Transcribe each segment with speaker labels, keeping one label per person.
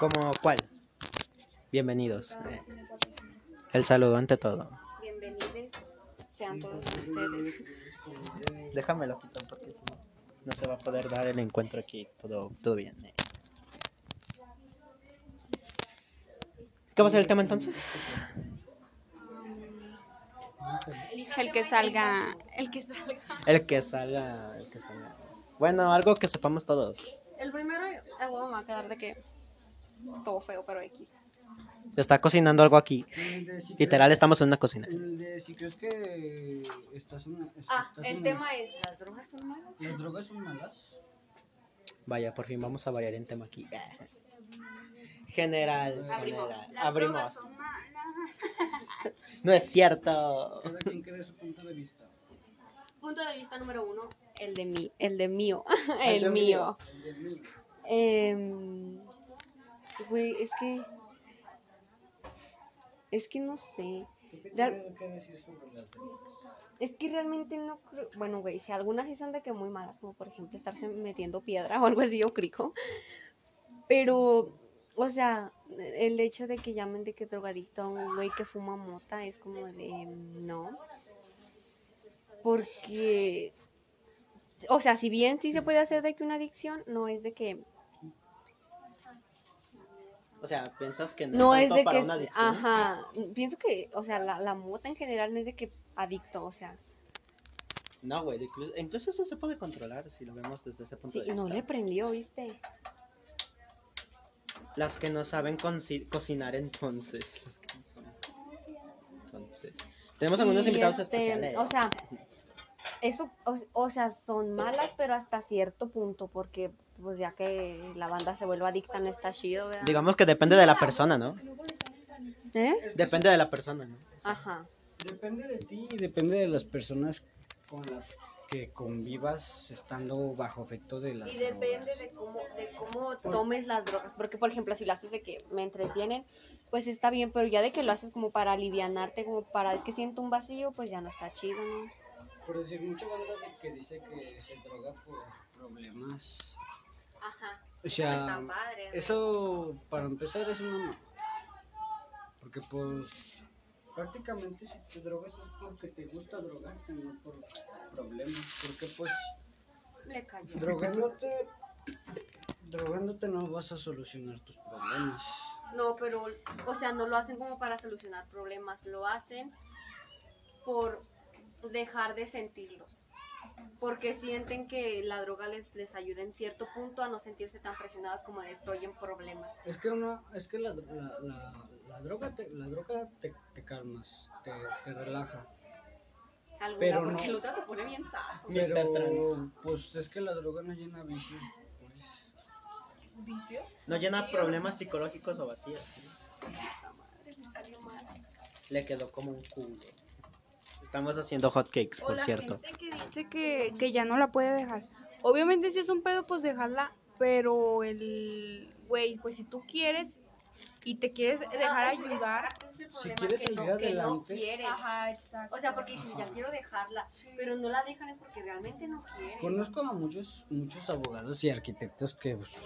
Speaker 1: ¿Cómo cuál? Bienvenidos. El saludo ante todo.
Speaker 2: Bienvenidos sean todos ustedes.
Speaker 1: Déjamelo quitar porque si no, no se va a poder dar el encuentro aquí. Todo, todo bien. eh. ¿Qué va a ser el tema entonces?
Speaker 2: El que salga, el que salga.
Speaker 1: El que salga, el que salga. Bueno, algo que sepamos todos.
Speaker 2: El primero, a huevo me va a quedar de que todo feo, pero X.
Speaker 1: Se está cocinando algo aquí.
Speaker 3: El de si
Speaker 1: Literal, estamos en una cocina.
Speaker 3: crees- El de si crees que estás en. est-
Speaker 2: Ah,
Speaker 3: estás
Speaker 2: el
Speaker 3: en-
Speaker 2: tema es, ¿las drogas son malas?
Speaker 3: ¿Las drogas son malas?
Speaker 1: Vaya, por fin vamos a variar en tema aquí. General,
Speaker 2: Abrimos.
Speaker 1: general.
Speaker 2: Las drogas
Speaker 1: Abrimos.
Speaker 2: son malas.
Speaker 1: No es cierto.
Speaker 3: Cada quien cree su punto de vista.
Speaker 2: Punto de vista número uno, el de mí, el de mío,
Speaker 3: El
Speaker 2: el,
Speaker 3: de
Speaker 2: mío.
Speaker 3: El de mí.
Speaker 2: Em, Güey, es que, es que no sé.
Speaker 3: ¿Tú ¿Qué
Speaker 2: Real-
Speaker 3: tienes que decir sobre las drogas?
Speaker 2: Es que realmente no creo. Bueno, güey, si algunas sí son de que muy malas, como por ejemplo estarse metiendo piedra o algo así, yo crico. Pero, o sea, el hecho de que llamen de que drogadicto a un güey que fuma mota es como de mm, no. Porque, o sea, si bien sí se puede hacer de que una adicción, no es de que.
Speaker 1: O sea, piensas que no,
Speaker 2: No
Speaker 1: es
Speaker 2: es
Speaker 1: tanto
Speaker 2: de
Speaker 1: para
Speaker 2: que.
Speaker 1: una adicción.
Speaker 2: Ajá. Pienso que, o sea, la, la mota en general no es de que adicto, o sea.
Speaker 1: No, güey, inclu- incluso eso se puede controlar si lo vemos desde ese punto
Speaker 2: Sí,
Speaker 1: de vista.
Speaker 2: no le prendió, ¿viste?
Speaker 1: Las que no saben conci- cocinar entonces. Las que no saben. Entonces. Tenemos algunos
Speaker 2: Y,
Speaker 1: invitados
Speaker 2: este,
Speaker 1: especiales.
Speaker 2: O sea, eso, o, o sea, son malas, pero hasta cierto punto, porque pues ya que la banda se vuelva adicta no está chido, ¿verdad?
Speaker 1: Digamos que depende de la persona, ¿no?
Speaker 2: ¿Eh?
Speaker 3: Es que
Speaker 1: Depende de la persona, ¿no?
Speaker 2: Ajá.
Speaker 3: Depende de ti y depende de las personas con las que convivas estando bajo efecto de las
Speaker 2: Y depende
Speaker 3: drogas.
Speaker 2: de cómo, de cómo tomes las drogas, porque por ejemplo, si lo haces de que me entretienen, pues está bien, pero ya de que lo haces como para alivianarte, como para es que siento un vacío, pues ya no está chido, ¿no?
Speaker 3: Por decir, mucha banda de- que dice que se droga por problemas.
Speaker 2: Ajá.
Speaker 3: O sea, eso para empezar es una mamada. Porque pues prácticamente si te drogas es porque te gusta drogarte, no por problemas. Porque pues
Speaker 2: Le cayó.
Speaker 3: drogándote, drogándote no vas a solucionar tus problemas.
Speaker 2: No, pero, o sea, no lo hacen como para solucionar problemas, lo hacen por dejar de sentirlos. Porque sienten que la droga les, les ayuda en cierto punto a no sentirse tan presionadas como de estoy en problemas.
Speaker 3: Es que una, es que la, la- la- la droga te, la droga te, te calmas, te, te relaja.
Speaker 2: Alguna,
Speaker 3: Pero
Speaker 2: porque
Speaker 3: no.
Speaker 2: el otro te pone bien saco.
Speaker 1: Mr.
Speaker 3: Pero
Speaker 1: Trans.
Speaker 3: pues es que la droga no llena vicios. Pues.
Speaker 1: No llena problemas psicológicos o vacíos. ¿sí? Le quedó como un culo. Estamos haciendo hotcakes,
Speaker 4: O
Speaker 1: por
Speaker 4: la
Speaker 1: cierto.
Speaker 4: gente que dice que, que ya no la puede dejar. Obviamente si es un pedo, pues dejarla, pero el güey, pues si tú quieres y te quieres
Speaker 2: Ah,
Speaker 4: dejar ayudar.
Speaker 3: Si quieres salir adelante.
Speaker 4: Ajá, exacto.
Speaker 2: O sea, porque dicen, ya
Speaker 3: Ajá.
Speaker 2: quiero dejarla, pero no la dejan es porque realmente no quieren.
Speaker 3: Conozco a muchos, muchos abogados y arquitectos que, pues,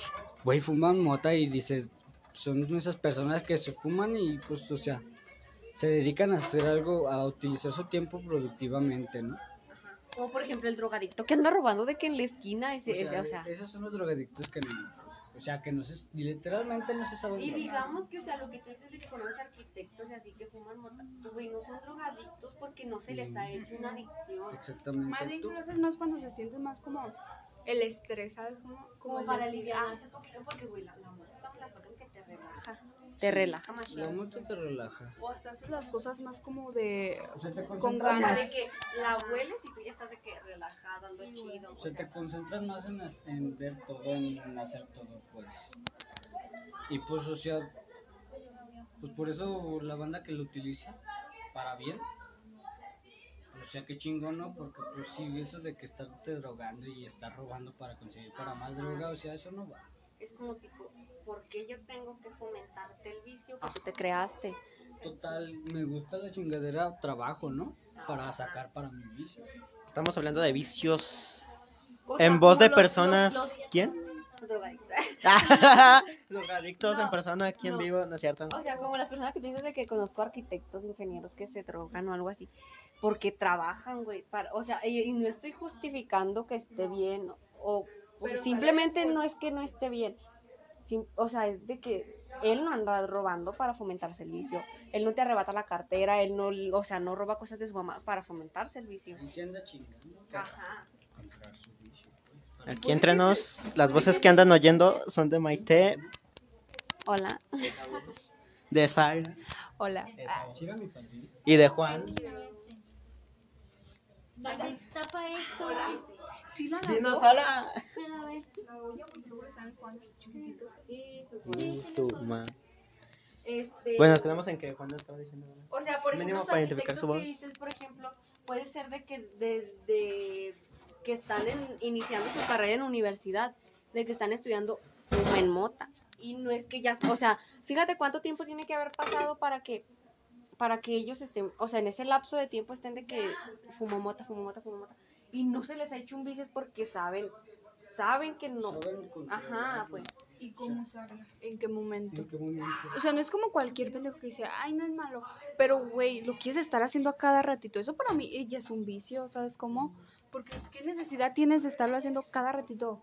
Speaker 3: güey, fuman mota y dices, son esas personas que se fuman y, pues, o sea, se dedican a hacer algo, a utilizar su tiempo productivamente, ¿no?
Speaker 2: Como por ejemplo el drogadicto que anda robando de que en la esquina, ese, ese, o sea.
Speaker 3: esos son los drogadictos que no, o sea, que no se, literalmente no se saben.
Speaker 2: Y
Speaker 3: drogar.
Speaker 2: digamos que, o sea, lo que tú dices de que conoces arquitectos y así que fuman mota, pues, güey, no son drogadictos porque no se les ha hecho una adicción.
Speaker 4: Más
Speaker 3: Exactamente.
Speaker 4: bien
Speaker 3: Tú-
Speaker 4: creo que es más cuando se siente más como el estrés, ¿sabes? Como, ah,
Speaker 2: Como
Speaker 4: el
Speaker 2: para
Speaker 4: estrés.
Speaker 2: aliviarse un poquito porque, güey, la, la mota es la droga que te relaja. Te relaja más.
Speaker 3: La mota te relaja.
Speaker 4: Ah, O hasta haces las cosas más como de...
Speaker 3: O sea, te
Speaker 4: Con
Speaker 2: O sea,
Speaker 4: ganas.
Speaker 2: de que la hueles y tú ya estás de que relajado, ando chido. o
Speaker 3: O sea, te
Speaker 2: sea,
Speaker 3: concentras más en, as- en ver todo, en, en hacer todo, pues. Y pues, o sea, pues por eso la banda que lo utiliza para bien. O sea, qué chingón, ¿no? Porque pues sí, eso de que estarte drogando y estar robando para conseguir para más droga, o sea, eso no va.
Speaker 2: es como tipo, ¿por qué yo tengo que fomentarte el vicio que tú Ah, te creaste?
Speaker 3: Total, me gusta la chingadera, trabajo, ¿no? Para sacar para mi vicio.
Speaker 1: Estamos hablando de vicios
Speaker 2: O sea,
Speaker 1: en voz
Speaker 2: como
Speaker 1: de
Speaker 2: los-
Speaker 1: personas.
Speaker 2: los- los-
Speaker 1: ¿Quién?
Speaker 2: drogadicta.
Speaker 1: Drogadictos en
Speaker 2: No,
Speaker 1: persona aquí en
Speaker 2: no.
Speaker 1: vivo, ¿no es cierto?
Speaker 2: O sea, como las personas que tú dices de que conozco arquitectos, ingenieros que se drogan o algo así, porque trabajan, güey. para- O sea, y, y no estoy justificando que esté bien o porque
Speaker 4: Pero
Speaker 2: simplemente
Speaker 4: sale
Speaker 2: no es que no esté bien. Sim- o sea, es de que él no anda robando para fomentarse el vicio. Él no te arrebata la cartera, él no, o sea, no roba cosas de su mamá para fomentarse el vicio.
Speaker 3: Él se anda chingando para
Speaker 2: Ajá.
Speaker 3: comprar su pues, bicho.
Speaker 1: Aquí entre nos, las voces que andan oyendo son de Maite,
Speaker 2: Hola.
Speaker 1: de Zaira
Speaker 4: Hola.
Speaker 2: Ah.
Speaker 3: Chiva mi padrino.
Speaker 1: y de Juan.
Speaker 5: Así, tapa esto.
Speaker 4: Sí, la
Speaker 1: Dinos hola.
Speaker 5: Pero a ver,
Speaker 1: Y su ma-
Speaker 2: Este,
Speaker 1: Bueno, nos quedamos en que Juan nos estaba diciendo. ¿verdad?
Speaker 2: O sea, por ejemplo,
Speaker 1: Mínimo
Speaker 2: los
Speaker 1: para identificar su
Speaker 2: arquitectos que
Speaker 1: voz.
Speaker 2: dices, por ejemplo, puede ser de que desde que están en- iniciando su carrera en universidad, de que están estudiando fuma en mota. Y no es que ya, o sea, fíjate cuánto tiempo tiene que haber pasado para que para que ellos estén, o sea, en ese lapso de tiempo estén de que fumo mota, fumo mota, fumo mota. Y no se les ha hecho un vicio es porque saben, saben que no.
Speaker 3: Saben controlar,
Speaker 2: Ajá,
Speaker 3: ¿no?
Speaker 2: pues.
Speaker 4: ¿Y cómo saben? ¿En qué momento?
Speaker 3: Creo que muy bien.
Speaker 4: O sea, no es como cualquier pendejo que dice, ay, no es malo. Pero, güey, lo quieres estar haciendo a cada ratito. Eso para mí eh, ya es un vicio, ¿sabes cómo? Porque, ¿qué necesidad tienes de estarlo haciendo cada ratito?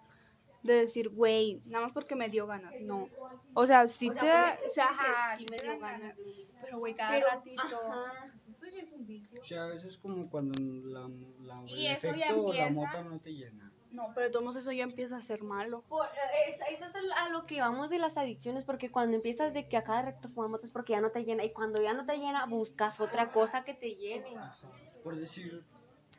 Speaker 4: De decir, güey, nada más porque me dio ganas. No. O sea, si
Speaker 2: O sea,
Speaker 4: te.
Speaker 2: puede
Speaker 4: o
Speaker 2: ser
Speaker 4: sea,
Speaker 2: que
Speaker 4: ajá,
Speaker 2: sí
Speaker 4: sí
Speaker 2: me
Speaker 4: te
Speaker 2: dio
Speaker 4: dan
Speaker 2: ganas
Speaker 4: ganas.
Speaker 2: de ir.
Speaker 4: Pero, güey, cada
Speaker 2: Pero,
Speaker 4: ratito.
Speaker 2: ajá.
Speaker 4: O sea, Eso ya es un vicio.
Speaker 3: O sea, eso es como cuando la, la,
Speaker 4: Y
Speaker 3: el
Speaker 4: eso ya
Speaker 3: efecto o la
Speaker 4: empieza.
Speaker 3: mota no te llena.
Speaker 4: No, pero de todos modos eso ya empieza a ser malo.
Speaker 2: Por, eh, es, eso es a lo que vamos de las adicciones, porque cuando empiezas de que a cada rato fumamos es porque ya no te llena, y cuando ya no te llena, buscas otra cosa que te llene.
Speaker 3: Ajá. Por decir,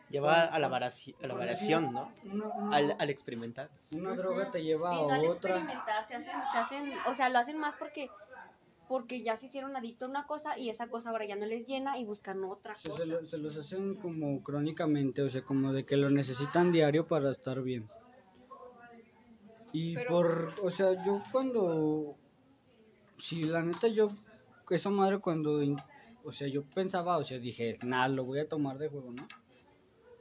Speaker 1: Lleva a la, varaci- a la
Speaker 3: por
Speaker 1: variación, ¿no?
Speaker 3: decir, Una, una-
Speaker 1: Al, al experimentar.
Speaker 3: una droga te lleva
Speaker 2: Y no
Speaker 3: a
Speaker 2: al
Speaker 3: otra.
Speaker 2: experimentar, se hacen, se hacen, o sea, lo hacen más porque porque ya se hicieron adictos a una cosa y esa cosa ahora ya no les llena y buscan otra
Speaker 3: O sea,
Speaker 2: cosa.
Speaker 3: se, lo- se los hacen como crónicamente, o sea, como de que lo necesitan diario para estar bien. Y por, o sea, yo cuando, si la neta yo, esa madre cuando, in- o sea, yo pensaba, o sea, dije, nada, lo voy a tomar de juego, ¿no?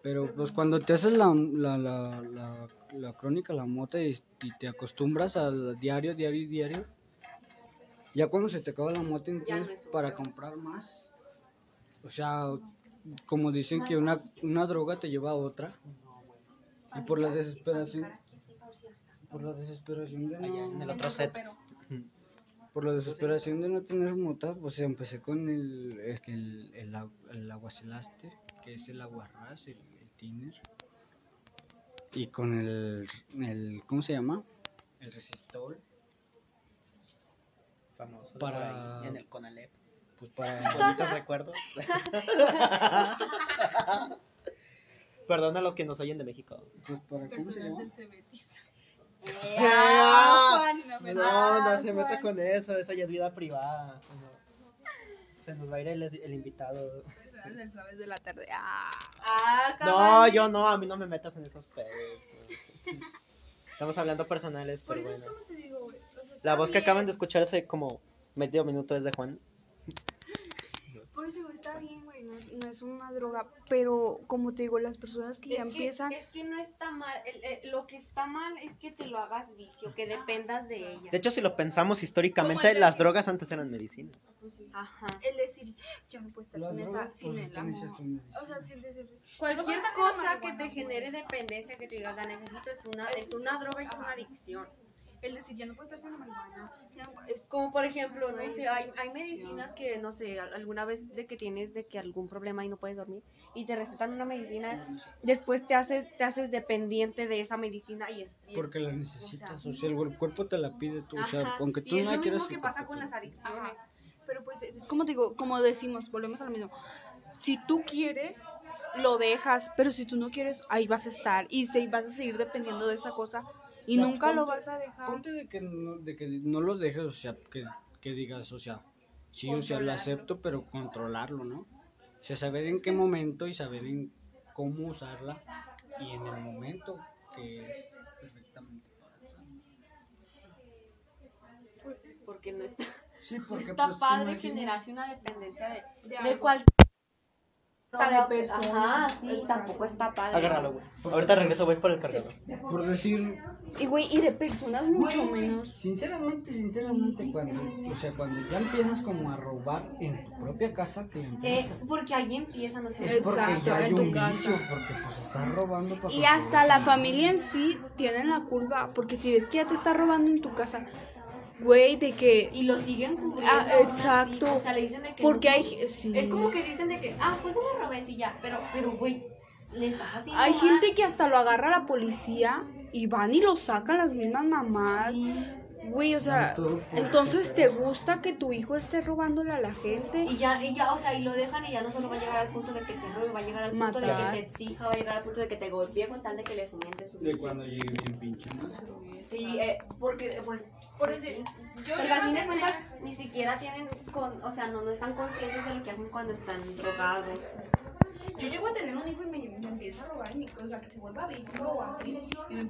Speaker 3: Pero pues cuando te haces la, la, la, la, la crónica, la mota y, y te acostumbras al diario, diario, diario, ya cuando se te acaba la mota, entonces
Speaker 2: es un
Speaker 3: para
Speaker 2: juego.
Speaker 3: comprar más, o sea, como dicen que una, una droga te lleva a otra. Y por la desesperación, por la desesperación de
Speaker 1: Allá en el
Speaker 3: no,
Speaker 1: otro set.
Speaker 3: por la desesperación de no tener mota, pues empecé con el, el, que el, el, agu- el aguacelaste, que es el aguarrás, el, el tiner. Y con el, el, ¿cómo se llama? El resistol.
Speaker 1: Famoso.
Speaker 3: Para-
Speaker 1: Para... en el Conalep.
Speaker 3: Pues para...
Speaker 1: Bonitos recuerdos. Perdón a los que nos oyen de México.
Speaker 3: Pues para ¿Cómo se llama?
Speaker 4: Ah,
Speaker 1: Ah, No, no se
Speaker 4: eh.
Speaker 1: meta con eso, esa ya es vida privada. No. Se nos va a ir el, el invitado.
Speaker 4: El sabes de la tarde.
Speaker 2: Ah,
Speaker 1: No, yo no, a mí no me metas en esos pedos. pues. Estamos hablando personales, pero bueno.
Speaker 4: te digo, güey. O sea,
Speaker 1: La voz que
Speaker 4: está
Speaker 1: acaban de escuchar hace como medio minuto es de Juan.
Speaker 4: bien, Por eso digo, está bien, güey. No, no es una droga. Pero, como te digo, las personas que ya
Speaker 2: Es que-
Speaker 4: empiezan.
Speaker 2: es que no está mal, el- el- lo que está mal es que te lo hagas vicio, que dependas de ella.
Speaker 1: De hecho, si lo pensamos
Speaker 4: Como
Speaker 1: históricamente,
Speaker 4: el de-
Speaker 1: las drogas antes eran medicinas.
Speaker 2: Ajá.
Speaker 4: El decir, yo no puedo estar
Speaker 3: Las
Speaker 4: sin,
Speaker 3: drogas,
Speaker 4: esa,
Speaker 3: pues,
Speaker 4: sin el
Speaker 3: están hechas
Speaker 4: amor.
Speaker 3: con medicina.
Speaker 4: O sea, sin decir.
Speaker 2: Cualquier
Speaker 4: Ojalá
Speaker 2: cosa
Speaker 4: la
Speaker 2: que te
Speaker 4: marihuana,
Speaker 2: genere dependencia, que te digas, la necesito, es una,
Speaker 4: Es-
Speaker 2: es una droga, es una
Speaker 4: ajá.
Speaker 2: adicción.
Speaker 4: El decir, ya no puedo estar sin la marihuana. ya no-
Speaker 2: Es como, por ejemplo, no sé, hay, hay medicinas que, no sé, al- alguna vez de que tienes de que algún problema y no puedes dormir, y te recetan una medicina, después te haces, te haces dependiente de esa medicina y es... y es-
Speaker 3: Porque la necesitas, o sea, el cuerpo te la pide tú, o sea,
Speaker 2: Ajá,
Speaker 3: aunque tú
Speaker 2: y es
Speaker 3: no
Speaker 2: lo
Speaker 3: la quieras. pues.
Speaker 2: mismo que
Speaker 3: el
Speaker 2: pasa
Speaker 3: cuerpo
Speaker 2: con
Speaker 3: te
Speaker 2: las
Speaker 3: la pide.
Speaker 2: adicciones.
Speaker 4: Ajá. Pero pues, es como te digo, como decimos, volvemos a lo mismo. Si tú quieres, lo dejas, pero si tú no quieres, ahí vas a estar y se- vas a seguir dependiendo de esa cosa y
Speaker 3: O sea,
Speaker 4: nunca lo
Speaker 3: ponte-
Speaker 4: vas a dejar.
Speaker 3: Ponte de que no, de que no lo dejes, o sea, que, que digas, o sea, sí, o sea, lo acepto, pero controlarlo, ¿no? O sea, saber en qué momento y saber en cómo usarla y en el momento que es perfectamente para usarla.
Speaker 2: Porque no está,
Speaker 3: Sí,
Speaker 2: no
Speaker 3: porque
Speaker 2: está
Speaker 3: pues, te
Speaker 2: padre
Speaker 3: imaginas-
Speaker 2: generarse una dependencia de,
Speaker 4: De
Speaker 2: de
Speaker 4: algo.
Speaker 2: cualquier...
Speaker 4: Cada persona.
Speaker 2: Ajá, sí, tampoco está padre.
Speaker 4: Ah,
Speaker 1: Agárralo, güey. Ahorita regreso, voy por el cargador.
Speaker 3: Por decir,
Speaker 6: Y güey, y de personas mucho menos.
Speaker 3: Sinceramente, sinceramente, cuando, o sea, cuando ya empiezas como a robar en tu propia casa, que la
Speaker 2: Eh,
Speaker 3: empiezas-
Speaker 2: porque ahí empieza, no sé.
Speaker 3: es porque
Speaker 6: exacto,
Speaker 3: ya hay
Speaker 6: en tu
Speaker 3: un
Speaker 6: casa.
Speaker 3: vicio, porque pues estás robando para
Speaker 6: Y hasta
Speaker 3: conseguir
Speaker 6: la
Speaker 3: esa-
Speaker 6: familia en sí tienen la culpa, porque si ves que ya te está robando en tu casa, güey, de que...
Speaker 2: Y lo siguen cubriendo.
Speaker 6: Ah,
Speaker 2: aún así,
Speaker 6: exacto.
Speaker 2: o sea, le dicen de que.
Speaker 6: Porque
Speaker 2: no-
Speaker 6: hay... sí.
Speaker 2: Es como que dicen de que, ah, pues no me robes y ya. Pero, pero, güey, le estás haciendo.
Speaker 6: Hay
Speaker 2: mal.
Speaker 6: gente que hasta lo agarra la policía y van y lo sacan las mismas mamás. Güey, o sea,
Speaker 3: Tanto por
Speaker 6: entonces te
Speaker 3: desesperación.
Speaker 6: gusta que tu hijo esté robándole a la gente.
Speaker 2: Y ya, y ya, o sea, y lo dejan y ya no solo va a llegar al punto de que te robe, va a llegar al punto
Speaker 6: Matar.
Speaker 2: de que te exija, va a llegar al punto de que te golpee con tal de que le fomente su
Speaker 3: De
Speaker 2: vicio.
Speaker 3: cuando llegué bien pinche.
Speaker 2: Sí, eh, porque, pues, por decir, porque al fin de cuentas ni siquiera tienen, con, o sea, no, no están conscientes de lo que hacen cuando están drogados.
Speaker 4: Yo llego a tener un hijo y me, me empieza a robar mi cosa, que se vuelva adicto o así. Y me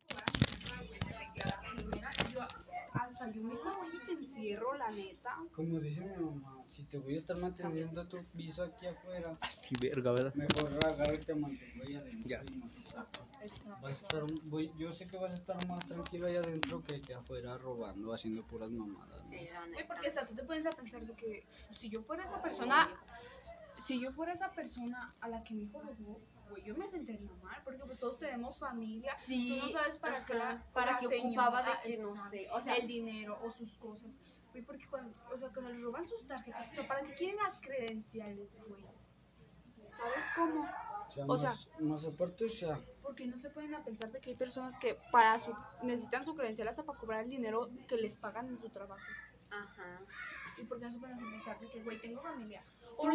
Speaker 6: Hasta yo misma voy y te encierro, la neta.
Speaker 3: Como dice mi mamá, si te voy a estar manteniendo tu piso aquí afuera,
Speaker 1: Así, Ah, verga, ¿verdad?
Speaker 3: mejor agárrate a mantener ahí adentro.
Speaker 1: Ya.
Speaker 3: y no te saco. Vas a estar, un- voy- yo sé que vas a estar más tranquilo ahí adentro que, que afuera robando, haciendo puras mamadas. ¿no?
Speaker 2: eh, la
Speaker 4: Güey,
Speaker 2: neta.
Speaker 4: porque hasta tú te pones a pensar de que pues, si yo fuera esa persona, si yo fuera esa persona a la que mi hijo robó, güey, yo me sentiría mal, porque pues todos tenemos familia,
Speaker 2: Sí,
Speaker 4: tú no sabes para qué la,
Speaker 2: ajá, para
Speaker 4: la
Speaker 2: qué ocupaba de
Speaker 4: señora,
Speaker 2: que no
Speaker 4: exacto,
Speaker 2: sé, o sea-
Speaker 4: el dinero o sus cosas, güey, porque cuando, o sea, cuando les roban sus tarjetas, o sea, ¿para qué quieren las credenciales, güey? ¿Sabes cómo?
Speaker 3: O
Speaker 4: O
Speaker 3: sea,
Speaker 4: sea-
Speaker 3: más, más aparte, o sea,
Speaker 4: Porque no se pueden a pensar de que hay personas que para su, necesitan su credencial hasta para cobrar el dinero que les pagan en su trabajo.
Speaker 2: Ajá.
Speaker 4: ¿Y por qué no se ponen a pensar de que, güey, tengo familia?
Speaker 2: Tú como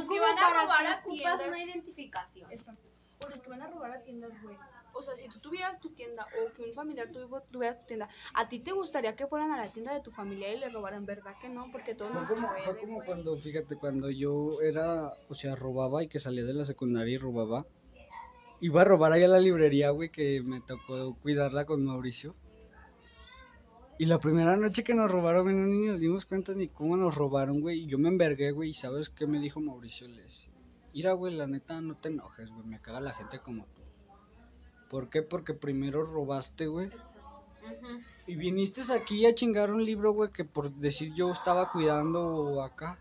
Speaker 2: para qué ocupas una identificación.
Speaker 4: Exacto. O los que van a robar a tiendas, güey. O sea, si tú tuvieras tu tienda o que un familiar tuvo, tuviera tu tienda, ¿a ti te gustaría que fueran a la tienda de tu familia y le robaran? ¿Verdad que no? Porque todos
Speaker 3: fue
Speaker 4: nos
Speaker 3: como,
Speaker 4: puede,
Speaker 3: fue como
Speaker 4: güey.
Speaker 3: cuando, fíjate, cuando yo era, o sea, robaba y que salía de la secundaria y robaba. Iba a robar ahí a la librería, güey, que me tocó cuidarla con Mauricio. Y la primera noche que nos robaron, güey, no ni nos dimos cuenta ni cómo nos robaron, güey. Y yo me envergué, güey, y ¿sabes qué me dijo Mauricio? Les, Mira, güey, la neta, no te enojes, güey, me caga la gente como tú. ¿Por qué? Porque primero robaste, güey.
Speaker 2: Ujú.
Speaker 3: Y viniste aquí a chingar un libro, güey, que por decir yo estaba cuidando acá.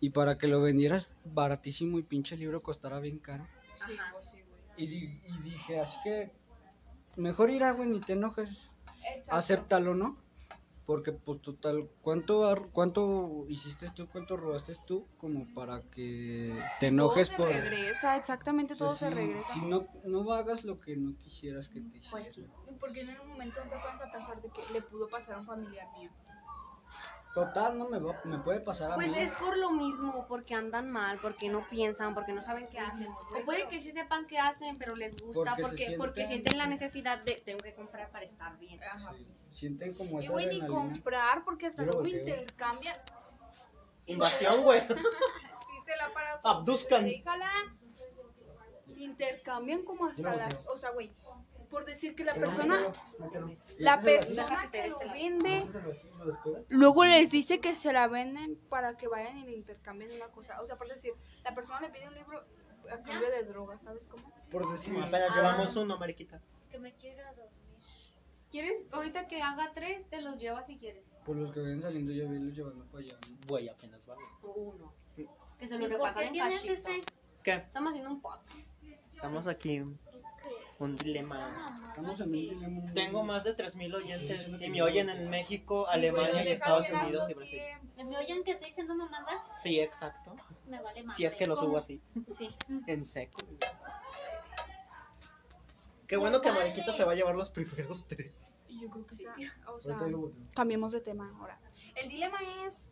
Speaker 3: Y para que lo vendieras baratísimo y pinche libro costara bien caro.
Speaker 4: Sí, güey, sí, güey.
Speaker 3: Y, di- y dije, así que mejor ir a, güey, ni te enojes.
Speaker 4: Exacto.
Speaker 3: Acéptalo, ¿no? Porque, pues, total, ¿cuánto, ar- ¿cuánto hiciste tú, cuánto robaste tú como para que te enojes
Speaker 4: todo
Speaker 3: por...
Speaker 4: se regresa, exactamente
Speaker 3: O sea,
Speaker 4: todo se
Speaker 3: si-
Speaker 4: regresa.
Speaker 3: Si no, no hagas lo que no quisieras que te hicieran.
Speaker 2: Pues sí.
Speaker 4: Porque en un momento no te pones a pensar de que le pudo pasar a un familiar mío.
Speaker 3: Total, no me, va- me puede pasar a
Speaker 2: Pues
Speaker 3: mí.
Speaker 2: es por lo mismo, porque andan mal, porque no piensan, porque no saben qué hacen. O puede que sí sepan qué hacen, pero les gusta
Speaker 3: Porque
Speaker 2: porque,
Speaker 3: se
Speaker 2: porque,
Speaker 3: sienten-
Speaker 2: sienten... la necesidad de tengo que comprar para estar bien.
Speaker 4: Ajá.
Speaker 3: Sí, Pues Sienten como
Speaker 4: Y
Speaker 3: esa
Speaker 4: güey, ni
Speaker 3: adrenalina.
Speaker 4: comprar porque hasta
Speaker 3: Yo lo
Speaker 4: luego
Speaker 3: volteo.
Speaker 4: intercambian.
Speaker 1: Invasión, güey.
Speaker 4: Sí, se la para.
Speaker 1: Abduzcan.
Speaker 4: Déjala. Intercambian como
Speaker 3: Yo
Speaker 4: hasta
Speaker 3: lo
Speaker 4: las.
Speaker 3: volteo.
Speaker 4: O sea, güey, por decir que la
Speaker 3: Pero
Speaker 4: persona.
Speaker 3: mételo, mételo.
Speaker 4: La
Speaker 3: Méteselo así,
Speaker 4: persona que lo vende.
Speaker 3: méteselo así, lo descuelgas.
Speaker 4: Luego les dice que se la venden para que vayan y le intercambien una cosa. O sea, por decir, la persona le pide un libro a cambio de droga, ¿sabes cómo?
Speaker 3: Por decir,
Speaker 1: Apenas llevamos uno, mariquita.
Speaker 2: Que me quiera dormir. ¿Quieres? Ahorita que haga tres, te los llevas si quieres.
Speaker 3: por los que ven saliendo, yo voy los llevando para allá. ¿no?
Speaker 1: Güey, apenas va.
Speaker 2: O uno. Que se
Speaker 5: ¿Y
Speaker 2: lo
Speaker 5: por
Speaker 2: repartan
Speaker 5: qué
Speaker 2: en
Speaker 5: tienes
Speaker 2: cachito.
Speaker 5: ese?
Speaker 1: ¿Qué?
Speaker 2: Estamos haciendo un podcast.
Speaker 1: Estamos aquí. Un dilema.
Speaker 3: Estamos en un dilema. muy-
Speaker 1: Tengo más de 3.000 oyentes y me oyen en México,
Speaker 4: Y, güey,
Speaker 1: Alemania y
Speaker 4: lo dejan
Speaker 1: Estados
Speaker 4: bien
Speaker 1: Unidos y
Speaker 4: harto
Speaker 1: Brasil.
Speaker 4: tiempo.
Speaker 2: ¿Me oyen que estoy diciendo mamadas?
Speaker 1: Sí, exacto.
Speaker 2: Me vale más.
Speaker 1: Si es que lo subo así,
Speaker 2: Sí.
Speaker 1: en seco. Qué bueno que Mariquita se va a llevar los primeros tres.
Speaker 4: Y Yo creo que sea- O sea,
Speaker 3: Ahorita lo volteo.
Speaker 4: cambiemos de tema ahora. El dilema es,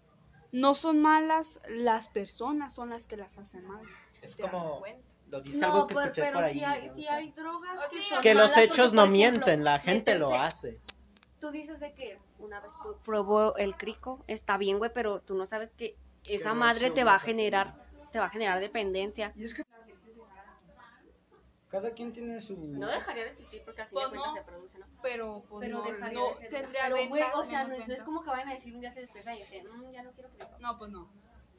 Speaker 4: no son malas las personas, son las que las hacen malas.
Speaker 1: Es
Speaker 4: ¿Te das
Speaker 1: como-
Speaker 4: cuenta?
Speaker 1: Lo dice
Speaker 2: No,
Speaker 1: algo que
Speaker 2: pero,
Speaker 1: escuché
Speaker 2: pero
Speaker 1: por ahí.
Speaker 2: si, hay,
Speaker 1: o
Speaker 2: si
Speaker 1: sea.
Speaker 2: hay drogas
Speaker 4: O
Speaker 2: que,
Speaker 4: sí,
Speaker 2: son
Speaker 4: o
Speaker 1: Que los
Speaker 2: malas,
Speaker 1: hechos
Speaker 2: porque,
Speaker 1: no
Speaker 2: por ejemplo,
Speaker 1: mienten, la gente lo
Speaker 2: meterse-
Speaker 1: hace.
Speaker 2: Tú dices de que una vez pr- probó el crico, está bien, güey, pero tú no sabes que esa
Speaker 3: no
Speaker 2: madre
Speaker 3: se
Speaker 2: te va a
Speaker 3: usa.
Speaker 2: generar, te va a generar dependencia.
Speaker 3: Y es que cada quien tiene su.
Speaker 2: No dejaría de existir porque al fin
Speaker 4: Pues
Speaker 2: de cuentas
Speaker 4: no.
Speaker 2: se produce, ¿no?
Speaker 4: Pero, pues,
Speaker 2: Pero
Speaker 4: no,
Speaker 2: dejaría
Speaker 4: no
Speaker 2: de ser.
Speaker 4: tendría
Speaker 2: Pero, güey,
Speaker 4: ventas,
Speaker 2: o sea, no,
Speaker 4: menos
Speaker 2: es- no es
Speaker 4: ventas.
Speaker 2: como que vayan a decir un día se despierta y dicen, "Mm, ya no quiero crico.
Speaker 4: No, pues no.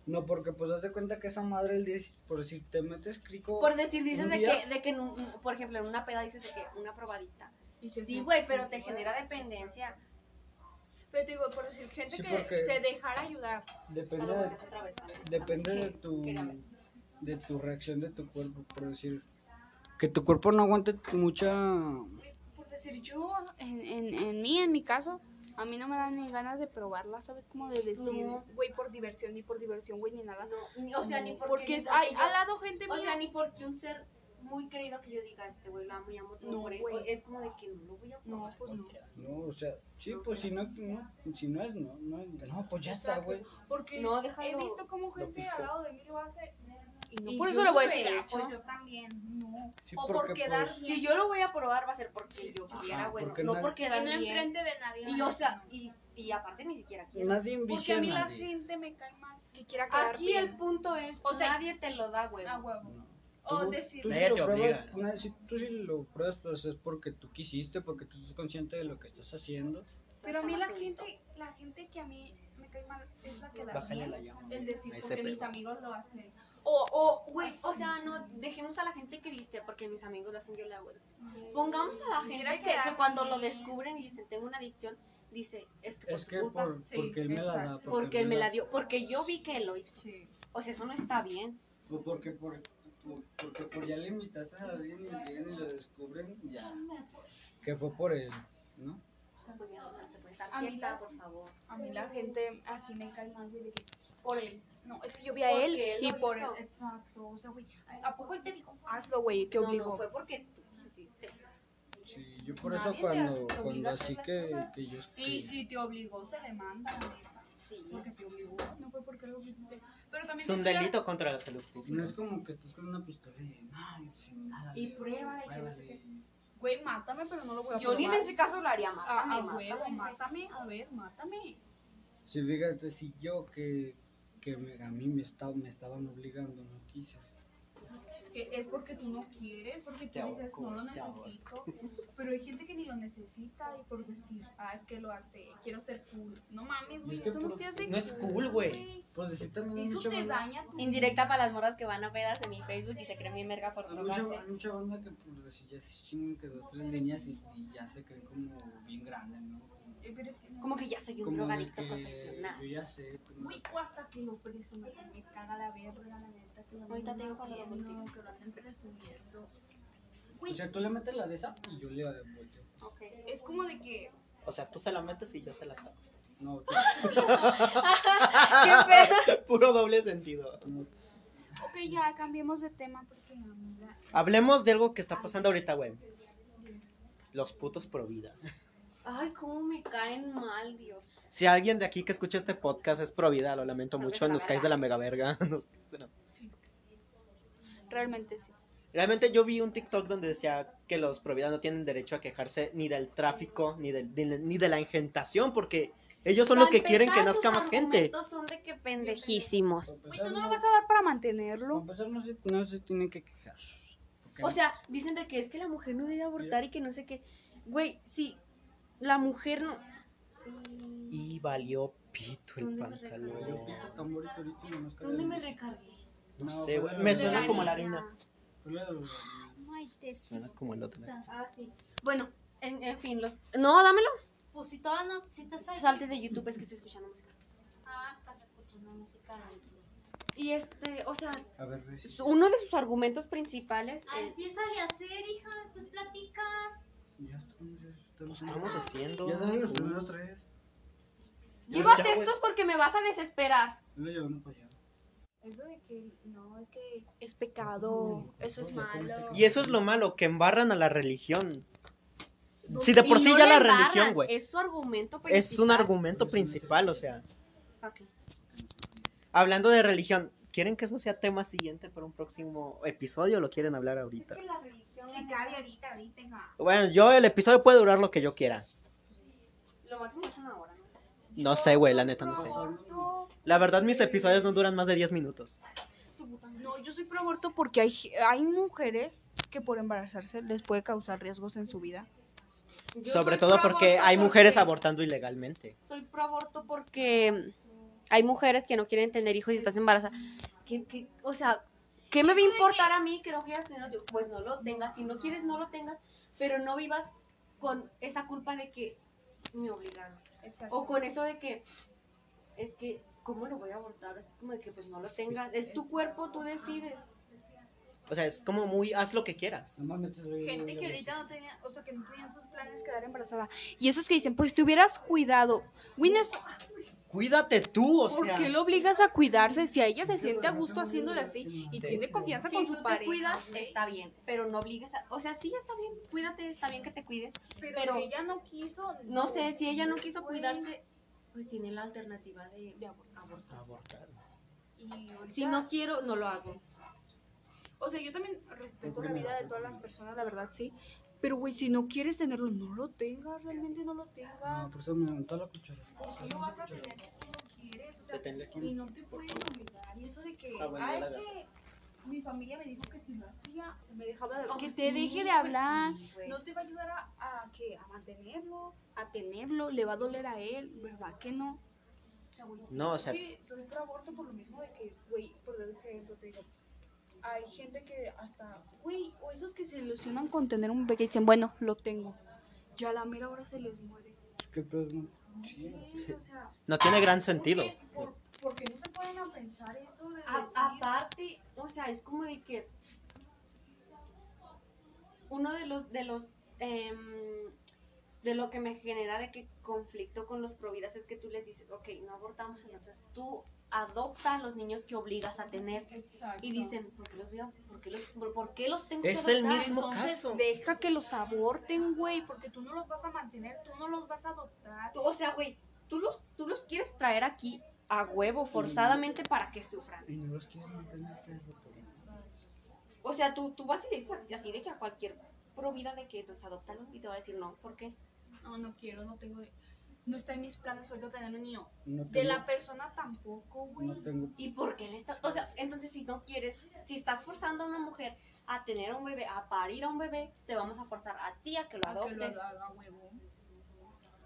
Speaker 3: No, porque pues haz de cuenta que esa madre el 10, por si te metes crico.
Speaker 2: Por decir, dices
Speaker 3: Un
Speaker 2: de
Speaker 3: día-
Speaker 2: que, de que en un- por ejemplo, en una peda dices de que una probadita.
Speaker 4: Y se-
Speaker 2: Sí, güey, pero te genera dependencia.
Speaker 4: Pero te digo, por decir, gente
Speaker 3: Sí,
Speaker 4: que
Speaker 3: porque-
Speaker 4: se dejara ayudar.
Speaker 3: Depende, de- depende de tu de tu reacción de tu cuerpo, por decir que tu cuerpo no aguante mucha
Speaker 4: Por decir, yo, en, en, en mí, en mi caso, a mí no me dan ni ganas de probarla, ¿sabes? Como de decir,
Speaker 2: No.
Speaker 4: güey, por diversión, ni por diversión, güey, ni nada.
Speaker 2: No, ni- o sea, ni porque,
Speaker 4: Porque
Speaker 2: ni porque
Speaker 4: hay
Speaker 2: yo-
Speaker 4: al lado gente
Speaker 2: O
Speaker 4: mía.
Speaker 2: sea, ni porque un ser muy querido que yo diga, este güey lo amo y amo todo
Speaker 4: No,
Speaker 2: por él.
Speaker 4: güey.
Speaker 2: Es como de que no lo voy a
Speaker 4: no,
Speaker 2: probar.
Speaker 4: pues no.
Speaker 3: no, o sea, sí, pues si no, no, si no es no, no, es- no, pues ya está,
Speaker 4: Exacto.
Speaker 3: güey.
Speaker 4: Porque
Speaker 2: No,
Speaker 4: he
Speaker 2: déjalo.
Speaker 4: visto como gente
Speaker 3: piso.
Speaker 4: al lado de mí lo hace. Y no,
Speaker 2: Y
Speaker 4: por eso
Speaker 2: yo,
Speaker 4: lo voy a
Speaker 2: güey,
Speaker 4: decir.
Speaker 2: ah,
Speaker 4: gacho.
Speaker 2: pues yo también, no.
Speaker 3: Sí,
Speaker 2: o por
Speaker 3: porque,
Speaker 2: quedar
Speaker 3: pues,
Speaker 2: bien. Si yo lo voy a probar, va a ser porque yo quiera,
Speaker 3: Ajá,
Speaker 2: bueno.
Speaker 3: porque
Speaker 2: no
Speaker 3: nadie-
Speaker 2: por quedar bien.
Speaker 4: de nadie.
Speaker 2: Y, o sea, y, y aparte ni siquiera quiero.
Speaker 3: Nadie
Speaker 4: porque
Speaker 3: envicia
Speaker 4: a
Speaker 3: a
Speaker 4: mí la
Speaker 3: nadie.
Speaker 4: gente me cae mal que quiera quedar
Speaker 2: Aquí
Speaker 4: bien.
Speaker 2: el punto es,
Speaker 4: O sea, Ah,
Speaker 2: nadie te lo da, güey.
Speaker 4: a huevo.
Speaker 3: No.
Speaker 4: O
Speaker 3: Tú-
Speaker 4: decir,
Speaker 3: tú si
Speaker 1: Nadie
Speaker 3: lo
Speaker 1: te
Speaker 3: pruebas,
Speaker 1: obliga.
Speaker 3: na- si tú si lo pruebas, pues es porque tú quisiste, porque tú estás consciente de lo que estás haciendo.
Speaker 4: pero a mí la
Speaker 2: Jamás
Speaker 4: gente, la gente que a mí me cae mal es la que da
Speaker 1: Bájale
Speaker 4: bien.
Speaker 1: la llama.
Speaker 4: El decir,
Speaker 1: Ahí se
Speaker 4: porque mis
Speaker 1: pegó.
Speaker 4: amigos lo hacen.
Speaker 2: O, o, güey, o sea, no, dejemos a la gente que viste, porque mis amigos lo hacen, yo lo hago. Pongamos a la
Speaker 4: Quisiera
Speaker 2: gente que,
Speaker 4: quedar
Speaker 2: que cuando
Speaker 4: bien.
Speaker 2: lo descubren y dicen, tengo una adicción, dice, es que por
Speaker 3: Es
Speaker 2: su
Speaker 3: que
Speaker 2: culpa,
Speaker 3: por,
Speaker 4: Sí,
Speaker 3: porque él me la da.
Speaker 4: exacto.
Speaker 2: porque él me la dio, porque yo vi que lo hizo.
Speaker 4: Sí.
Speaker 2: O sea, eso no está bien.
Speaker 3: O porque por, por- porque por ya le invitaste a alguien y llegan y lo descubren, ya. Que fue por él, ¿no?
Speaker 2: Pues ya, no te puedes dar
Speaker 4: A mí
Speaker 2: quieta,
Speaker 4: la-
Speaker 2: por favor.
Speaker 4: A mí la gente así me cae mal, güey, de que por él. No, es que yo vi a
Speaker 2: Porque
Speaker 4: él,
Speaker 2: él
Speaker 4: y
Speaker 2: lo
Speaker 4: por él.
Speaker 2: hizo.
Speaker 4: Exacto, o sea, güey, ¿a poco él te dijo? Hazlo, güey, te
Speaker 2: No,
Speaker 4: obligó.
Speaker 2: No, fue porque tú quisiste.
Speaker 3: Sí, yo por eso
Speaker 4: Nadie te
Speaker 3: cuando,
Speaker 4: obliga a
Speaker 3: cuando
Speaker 4: hacer
Speaker 3: así
Speaker 4: las
Speaker 3: que,
Speaker 4: cosas.
Speaker 3: que yo...
Speaker 4: Sí,
Speaker 3: que-
Speaker 4: sí, te obligó, se demanda, güey,
Speaker 2: Sí.
Speaker 4: porque te obligó, no fue porque lo quisiste. Pero
Speaker 1: Es
Speaker 4: también
Speaker 1: un
Speaker 4: tú ya-
Speaker 1: delito contra la salud pública.
Speaker 3: No es como que estás con una pistola y no, sin nada.
Speaker 4: Y
Speaker 3: güey,
Speaker 4: prueba, y que no sé
Speaker 3: pruébale".
Speaker 4: qué. Güey, mátame, pero no lo voy a
Speaker 2: Yo ni en
Speaker 4: probar.
Speaker 2: ese caso lo haría más.
Speaker 4: A, a huevo, mátame, a ver, mátame.
Speaker 3: Si fíjate, si yo que, que me- a mí me, esta- me estaban obligando, no quise.
Speaker 4: Es que es porque tú no quieres, porque tú
Speaker 1: Te
Speaker 4: dices,
Speaker 1: ahorco,
Speaker 4: no lo
Speaker 1: te ahorco".
Speaker 4: necesito. Pero hay gente que ni lo necesita y por decir, ah, es que lo hace, quiero ser cool. No mames, güey,
Speaker 3: que
Speaker 4: eso no
Speaker 3: por-
Speaker 4: te hace
Speaker 1: no es cool, güey.
Speaker 3: Por decir también hay
Speaker 4: Eso
Speaker 3: mucha
Speaker 4: te
Speaker 3: banda-
Speaker 4: daña tu
Speaker 2: Indirecta para las morras que van a pedas de mi Facebook y se creen bien verga por
Speaker 3: hay mucha,
Speaker 2: drogarse.
Speaker 3: hay mucha banda que por decir ya se chingan que dos, tres líneas y, y ya se creen como bien grandes, ¿no? Como,
Speaker 4: Eh, pero es que no.
Speaker 2: Como que ya soy un
Speaker 3: como de
Speaker 2: drogadicto
Speaker 3: que
Speaker 2: profesional.
Speaker 3: Yo ya sé. como-
Speaker 4: Güey, o hasta que lo presumen, me caga la verga, la neta, que lo
Speaker 2: Ahorita te digo cuando lo
Speaker 4: anden
Speaker 2: voltees.
Speaker 4: haciendo, que lo anden presumiendo.
Speaker 3: O sea, tú le metes la de esa y yo le devuelvo.
Speaker 2: Ok.
Speaker 4: Es como de que
Speaker 1: O sea, tú se la metes y yo se la saco.
Speaker 3: No, tú-
Speaker 1: Puro doble sentido.
Speaker 3: no,
Speaker 4: Ok, ya cambiemos de tema porque la amiga.
Speaker 1: Hablemos de algo que está pasando ahorita, güey. Los putos pro vida.
Speaker 2: Ay, cómo me caen mal, Dios.
Speaker 1: Si alguien de aquí que escucha este podcast es pro vida, lo lamento
Speaker 2: Sabes
Speaker 1: mucho,
Speaker 2: la
Speaker 1: nos caes de la mega verga. Nos-
Speaker 4: Realmente sí.
Speaker 1: Realmente yo vi un TikTok donde decía que los pro vida no tienen derecho a quejarse ni del tráfico, ni, del, ni, ni de la ingentación, porque ellos son los que
Speaker 2: Para
Speaker 1: quieren que
Speaker 2: empezar,
Speaker 1: nazca
Speaker 2: sus
Speaker 1: más gente.
Speaker 2: argumentos son de que pendejísimos.
Speaker 3: para
Speaker 4: Güey,
Speaker 3: empezar,
Speaker 4: tú no
Speaker 3: no-
Speaker 4: lo vas a dar para
Speaker 3: para
Speaker 4: mantenerlo.
Speaker 3: empezar, no se, no se tienen que quejar. porque-
Speaker 2: O sea, dicen de que es que la mujer no debe abortar y que no sé qué. Güey, sí, la mujer no.
Speaker 1: Y valió pito el
Speaker 2: ¿Dónde me
Speaker 3: Yo
Speaker 1: pantalón.
Speaker 3: pico tan bonito ahorita y nomás
Speaker 2: ¿Dónde me
Speaker 3: cae-
Speaker 2: recargué?
Speaker 1: No
Speaker 3: No,
Speaker 1: sé,
Speaker 3: fue
Speaker 1: güey.
Speaker 3: la
Speaker 1: Me
Speaker 3: de la
Speaker 1: suena como la
Speaker 2: niña.
Speaker 1: harina.
Speaker 3: Fue la de los-
Speaker 2: Ay, te
Speaker 1: Suena como el otro.
Speaker 2: Ah, sí. Bueno, en, en fin, los... No, dámelo. Pues si todas no, si estás
Speaker 1: Pues
Speaker 2: Salte de YouTube, es que estoy escuchando música. Ah, estás escuchando música. Y este, o sea,
Speaker 3: A ver, ves.
Speaker 5: Uno de sus argumentos principales es,
Speaker 2: Ah, empieza a hacer, hija, después platicas.
Speaker 3: Ya estamos, ya
Speaker 1: Lo
Speaker 3: estamos.
Speaker 1: Pues estamos haciendo.
Speaker 3: Ya dale los primeros tres.
Speaker 1: Ya,
Speaker 5: llévate
Speaker 1: güey.
Speaker 5: estos porque me vas a desesperar.
Speaker 3: No llevamos para allá.
Speaker 4: Eso de que no, es que es pecado, eso este es
Speaker 3: Oye, ¿cómo está
Speaker 4: malo.
Speaker 3: que-
Speaker 1: Y eso es lo malo, que embarran a la religión.
Speaker 4: No,
Speaker 1: Si de por
Speaker 5: Y
Speaker 1: sí
Speaker 5: no
Speaker 1: ya
Speaker 5: le
Speaker 1: la
Speaker 5: embarran,
Speaker 1: religión, güey.
Speaker 5: Es su argumento principal.
Speaker 1: Es un argumento
Speaker 3: Pero eso no se
Speaker 1: principal, o
Speaker 3: puede.
Speaker 1: sea. Hablando de religión, ¿quieren que eso sea tema siguiente para un próximo episodio o lo quieren hablar ahorita?
Speaker 4: Sí, cabe ahorita, ahorita. hija.
Speaker 1: Bueno, yo el episodio puede durar lo que yo quiera.
Speaker 2: Lo máximo es una hora, ¿no?
Speaker 1: No sé, güey, la neta no sé.
Speaker 4: Aborto.
Speaker 1: La verdad, mis episodios no duran más de 10 minutos.
Speaker 4: No, yo soy pro aborto porque hay, ge- hay mujeres que por embarazarse les puede causar riesgos en su vida.
Speaker 1: Sobre todo porque hay mujeres abortando ilegalmente.
Speaker 5: Soy pro aborto porque hay mujeres que no quieren tener hijos y estás embarazada.
Speaker 2: ¿Qué, qué, o sea,
Speaker 5: ¿Qué me va a
Speaker 2: importar
Speaker 5: importar?
Speaker 2: a mí que no quieras tenerlo? Yo, Pues no lo tengas. Si no quieres, no lo tengas. Pero no vivas con esa culpa de que me obligaron.
Speaker 4: Exacto.
Speaker 2: O con eso de que es que, ¿cómo lo voy a abortar? Es como de que pues no lo tengas. Es tu cuerpo, tú decides.
Speaker 1: O sea, es como muy, haz lo que quieras.
Speaker 3: Normalmente soy-
Speaker 4: Gente que ahorita no tenía, o sea, que no tenían sus planes quedar embarazada. Y esos que dicen, pues te hubieras cuidado. Güey, no es-
Speaker 1: Cuídate tú, o
Speaker 4: ¿por
Speaker 1: sea.
Speaker 4: qué lo obligas a cuidarse si a ella se siente a gusto haciéndole así y
Speaker 1: Sí.
Speaker 4: tiene confianza
Speaker 2: Si
Speaker 4: con
Speaker 2: tú
Speaker 4: su
Speaker 2: te
Speaker 4: pareja?
Speaker 2: cuidas,
Speaker 4: güey?
Speaker 2: está bien, pero no obligues a... O sea, sí, está bien, cuídate, está bien que te cuides.
Speaker 4: pero,
Speaker 2: pero-
Speaker 4: si ella no quiso.
Speaker 2: No sé, si ella no quiso
Speaker 4: güey.
Speaker 2: cuidarse, pues tiene la alternativa de, de abor- abortar.
Speaker 1: Abortar.
Speaker 4: Y ahorita-
Speaker 2: Si no quiero, no lo hago.
Speaker 4: O sea, yo también respeto la vida de todas las personas, la verdad, sí. Pero, güey, si no quieres tenerlo, no lo tengas, realmente no lo
Speaker 3: No,
Speaker 4: tengas.
Speaker 3: por eso me levantó la cuchara.
Speaker 4: Porque lo vas a tener que tú no quieres, o sea,
Speaker 1: Deténle aquí.
Speaker 4: y no te pueden obligar. Y eso de que,
Speaker 1: Ah, bueno,
Speaker 4: ah,
Speaker 1: la
Speaker 4: es
Speaker 1: verdad.
Speaker 4: que mi familia me dijo que si lo hacía, me dejaba de
Speaker 2: Oh,
Speaker 4: Que te
Speaker 2: sí,
Speaker 4: deje de
Speaker 2: pues
Speaker 4: hablar.
Speaker 2: sí, güey.
Speaker 4: no te va a ayudar a, a, ¿qué? a mantenerlo, a tenerlo, le va a doler a él, ¿verdad que no? O sea, güey, sí,
Speaker 1: No, o sea-
Speaker 4: sí, soy pro aborto por lo mismo de que, güey, por dar ejemplo, te digo, hay gente que hasta, güey, o esos que se ilusionan con tener un bebé y dicen, bueno, lo tengo. Ya a la mera hora se les muere.
Speaker 3: ¿Qué pedo, no?
Speaker 4: Sí, o sea,
Speaker 1: No tiene gran sentido.
Speaker 4: ¿Por qué? ¿Por- porque no se pueden a pensar eso de
Speaker 2: A-
Speaker 4: decir,
Speaker 2: aparte, o sea, es como de que uno de los de los em, de lo que me genera de que conflicto con los providas es que tú les dices, ok, no abortamos, entonces tú adopta a los niños que obligas a tener y dicen, ¿por qué los, voy a- por qué los, por- por qué los tengo que
Speaker 1: Es el
Speaker 2: adoptar?
Speaker 1: mismo
Speaker 2: Entonces,
Speaker 1: caso.
Speaker 4: deja que los aborten, güey, porque tú no los vas a mantener, tú no los vas a adoptar.
Speaker 2: tú- o sea, güey, tú los tú los quieres traer aquí a huevo forzadamente para que sufran.
Speaker 3: Y no los quieres mantener, te lo tomo.
Speaker 2: O sea, tú, tú vas y le dices así de que a cualquier provida de que los adoptalo y te va a decir no, ¿por qué?
Speaker 4: No, no quiero, no tengo, no está en mis planes ahorita tener un niño.
Speaker 3: No
Speaker 4: De
Speaker 3: tengo-
Speaker 4: la persona tampoco, güey.
Speaker 3: No tengo.
Speaker 2: ¿Y por qué le estás.? O sea, entonces si no quieres, si estás forzando a una mujer a tener a un bebé, a parir a un bebé, te vamos a forzar a ti a que lo
Speaker 4: A que lo
Speaker 2: adoptes.
Speaker 4: haga, huevo.